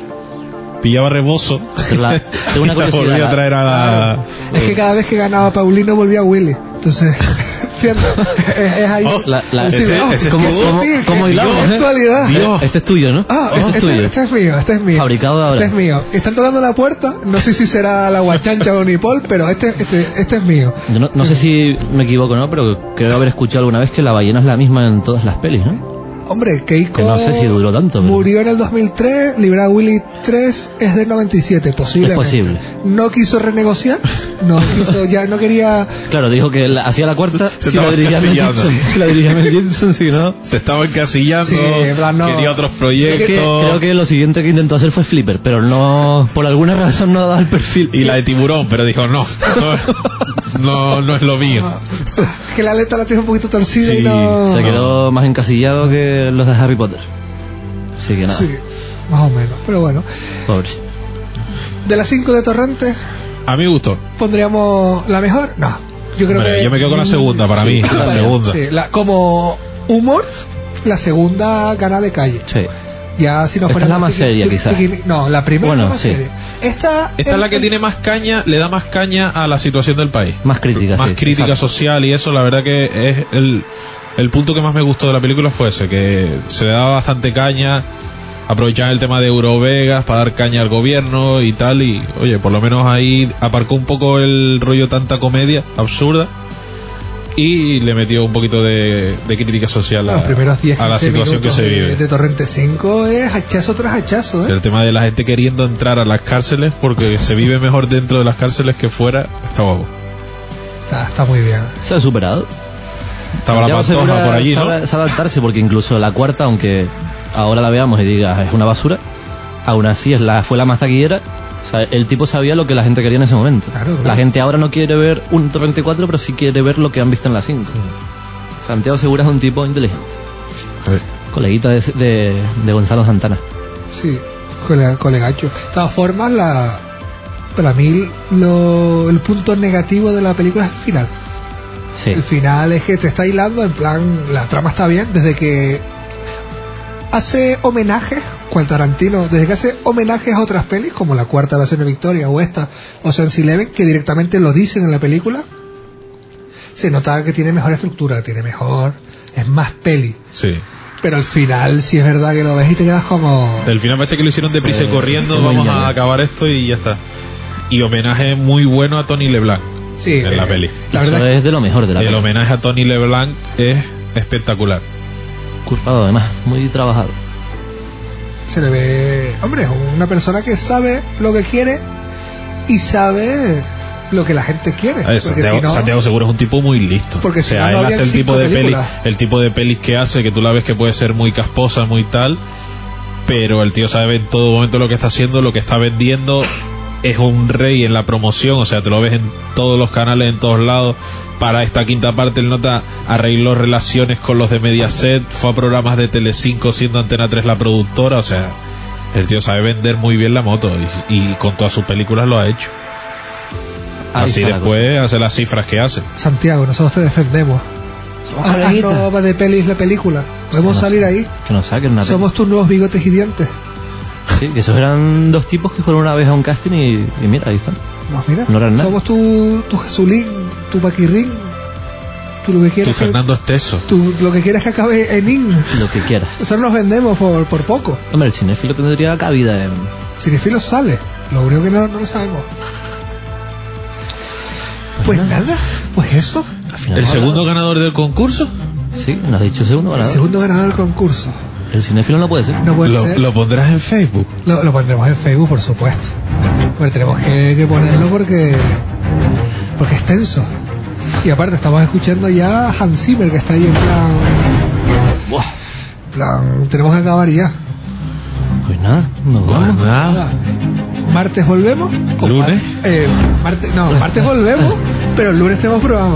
Pillaba rebozo.
Pero la- tengo
y [laughs]
una
la
curiosidad.
volvía a traer a la...
es que cada vez que ganaba Paulino volvía Willy. Entonces, [laughs]
[laughs]
¿entiendes? Es, es ahí.
Oh,
la- la-
Sí,
ese-
oh,
ese-
qué
¿cómo- cómo-
sutil,
cómo
qué-
hilamos,
qué
eh?
actualidad.
Dios.
Este es tuyo, ¿no?
Ah,
este es
este,
tuyo.
este es mío, este es mío.
Fabricado ahora.
Este es mío. Están tocando la puerta, no sé si será la guachancha o Unipol, pero este, este, este es mío.
Yo no, no sé si me equivoco, ¿no? Pero creo haber escuchado alguna vez que la ballena es la misma en todas las pelis, ¿no?
Hombre, Keiko.
Que no sé si duró tanto, pero-
Murió en el 2003, Libra Willy 3 es del 97, posiblemente.
Es posible.
No quiso renegociar,
[laughs]
no quiso, ya no quería.
Claro, dijo que la- hacía la cuarta
Se
si la
estaba
dirigía Mel
encasillando.
Gibson. Si la dirigía Mel Gibson,
[laughs]
si no.
Se estaba encasillando,
Sí, en plan, no.
quería otros
Creo que, creo
proyectos.
que lo siguiente que intentó hacer fue Flipper, pero no. Por alguna razón no ha dado el perfil.
Y la de tiburón, pero dijo, no, no, no, no es lo mío.
ah, que la letra la tiene un poquito torcida
Sí,
y no.
Se
No.
quedó más encasillado que los de Harry Potter. Así que nada,
Sí, más o menos. Pero bueno,
pobre.
de las 5 de Torrente,
A mi gusto.
pondríamos la mejor. No, yo creo
Hombre,
que.
yo me quedo con la segunda, para mí, la segunda.
Sí, la- como humor, la segunda gana de calle.
Sí.
Ya si nos
Esta es la
ponemos
más
tiqui-
seria,
tiqui-
quizás.
tiqui- No, la primera
Bueno,
es la más
sí.
seria. Esta,
Esta es la que
el-
tiene más caña, le da más caña a la situación del país.
Más crítica,
Más
sí,
crítica
exacto.
social y eso, la verdad que es el, el punto que más me gustó de la película fue ese, que se le daba bastante caña, aprovechaban el tema de Eurovegas para dar caña al gobierno y tal, y oye, por lo menos ahí aparcó un poco el rollo tanta comedia absurda. Y le metió un poquito de, de crítica social
Los
a,
primeros 10
a la
15
situación que
minutos
se
de-
vive.
De, Torrente 5 es hachazo tras hachazo, ¿eh?
El tema de la gente queriendo entrar a las cárceles porque se vive mejor dentro de las cárceles que fuera, está guapo.
Está, está muy bien.
Se ha superado.
Estaba la
Santiago
pantoja
Segura
por allí, ¿no?
sabe- sabe adaptarse porque incluso la cuarta, aunque ahora la veamos y diga "Ah, es una basura, aún así es la, fue la más taquillera. O sea, el tipo sabía lo que la gente quería en ese momento.
Claro, claro.
La gente ahora no quiere ver un Torrente 4, pero sí quiere ver lo que han visto en la 5. Santiago Segura es un tipo inteligente. Coleguita de, de- de Gonzalo Santana.
Sí, colega, colegacho. De todas formas, la, para mí lo- el punto negativo de la película es el final.
Sí.
El final es que te está hilando, en plan, la trama está bien, desde que hace homenajes, cual Tarantino, desde que hace homenajes a otras pelis, como la cuarta versión de Victoria o esta, o Sense Eleven, que directamente lo dicen en la película, se nota que tiene mejor estructura, tiene mejor, es más peli.
Sí.
Pero al final, si es verdad que lo ves y te quedas como...
El final parece que lo hicieron deprisa y
Pues,
corriendo,
no,
vamos
ya, ya.
a acabar esto y ya está. Y homenaje muy bueno a Tony LeBlanc
Sí,
en la
eh,
peli.
La
Eso
verdad es
es de lo mejor de la
El
película.
homenaje a Tony LeBlanc es espectacular.
Currado, además, muy trabajado.
que se le ve, hombre, es una persona que sabe lo que quiere y sabe lo que la gente quiere.
A ver, Ah, Santiago, Santiago Seguro es un tipo muy listo.
Porque
o
si no,
sea,
no
él
habrían
hace el tipo
cinco
de peli,
películas.
el tipo de pelis que hace, que tú la ves que puede ser muy casposa, muy tal, pero el tío sabe en todo momento lo que está haciendo, lo que está vendiendo, es un rey en la promoción, o sea, te lo ves en todos los canales, en todos lados. Para esta quinta parte el nota arregló relaciones con los de Mediaset, fue a programas de Telecinco siendo Antena 3 la productora, o sea, el tío sabe vender muy bien la moto y- y con todas sus películas lo ha hecho.
Ahí
Así
está la
después hace las cifras que hace.
Santiago, nosotros te defendemos.
Somos
Haz haz
coleguitas.
ropa de pelis la película. Podemos
No sé.
salir ahí.
cosa. Que nos saquen una
Somos tus nuevos bigotes y dientes.
Sí, que esos eran dos tipos que fueron una vez a un casting y, y mira, ahí están.
Nos Pues mira.
No eran nadie.
Somos tu, tu Jesulín, tu Paquirrín, tú lo que
Tu
quieres. que-
Fernando Esteso.
tú lo que quieres que acabe en IN.
Lo que quieras.
Nosotros nos vendemos por, por poco.
Hombre, el cinéfilo tendría cabida en...
Cinefilo sale. Lo único que no, no lo sabemos. Pues nada, pues eso.
al final.
El segundo ganador del concurso
Sí, nos ha dicho segundo
El
ganador.
segundo ganador del concurso.
El cinéfilo no puede ser.
No puede
lo,
ser.
lo pondrás en Facebook.
Lo, lo pondremos en Facebook, por supuesto. Pero tenemos que, que ponerlo porque porque es tenso. Y aparte estamos escuchando ya a Hans Zimmer que está ahí en plan,
Buah.
en plan tenemos que acabar ya.
Pues nada, nos vamos.
Nada.
Martes volvemos. Con
¿Lunes?
mar- eh, martes, no, martes volvemos, pero el lunes tenemos
[laughs]
programa.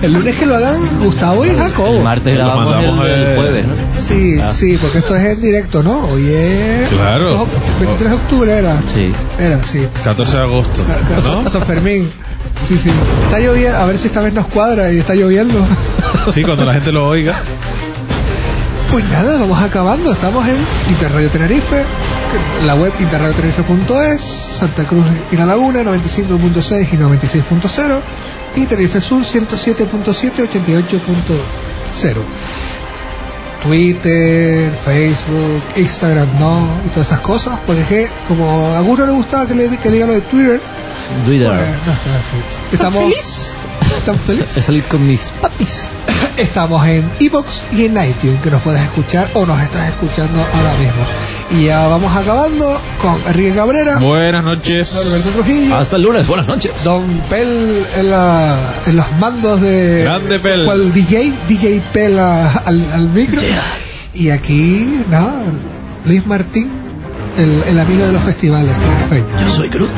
El lunes que lo hagan Gustavo y
El
Jacobo.
martes
Lo
grabamos
mandamos
el, el
a-
jueves, ¿no?
Sí,
Ah.
sí, porque esto es en directo, ¿no? Hoy es...
Claro.
23 de octubre era.
Sí.
Era, sí.
14 de agosto.
A- a San- a [laughs]
¿no?
San Fermín. Sí, sí. Está lloviendo, a ver si esta vez nos cuadra y está
[laughs]
lloviendo.
Sí, cuando la gente lo
[laughs]
oiga.
Pues nada, vamos acabando. Estamos en Interradio Tenerife, que- la web interradiotenerife.es, Santa Cruz y La Laguna 95.6 y 96.0 y Tenerife Sur 107.7 88.0. Twitter, Facebook, Instagram, no, y todas esas cosas, porque es que como a alguno le gustaba que, le, que diga lo de Twitter,
Twitter.
eh, no está feliz. Estamos, Estamos felices.
Es salir con mis
[coughs]
papis.
Estamos en iBox y en iTunes, que nos puedes escuchar o nos estás escuchando ahora mismo. Y ya vamos acabando con Enrique Cabrera,
Buenas noches.
Norberto Trujillo,
Hasta el lunes, buenas noches.
Don Pel en, la- en los mandos de.
Grande Pel.
¿Cuál DJ? DJ Pel a- al, al micro. Y aquí, nada, Luis Martín, el, el amigo de los festivales triunfeños.
Yo soy Cruz.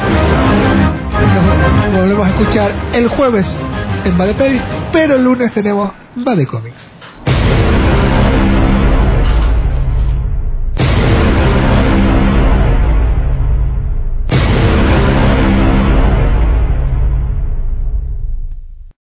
Nos volvemos a escuchar el jueves en Bade Pelis, pero el lunes tenemos Bade Comics.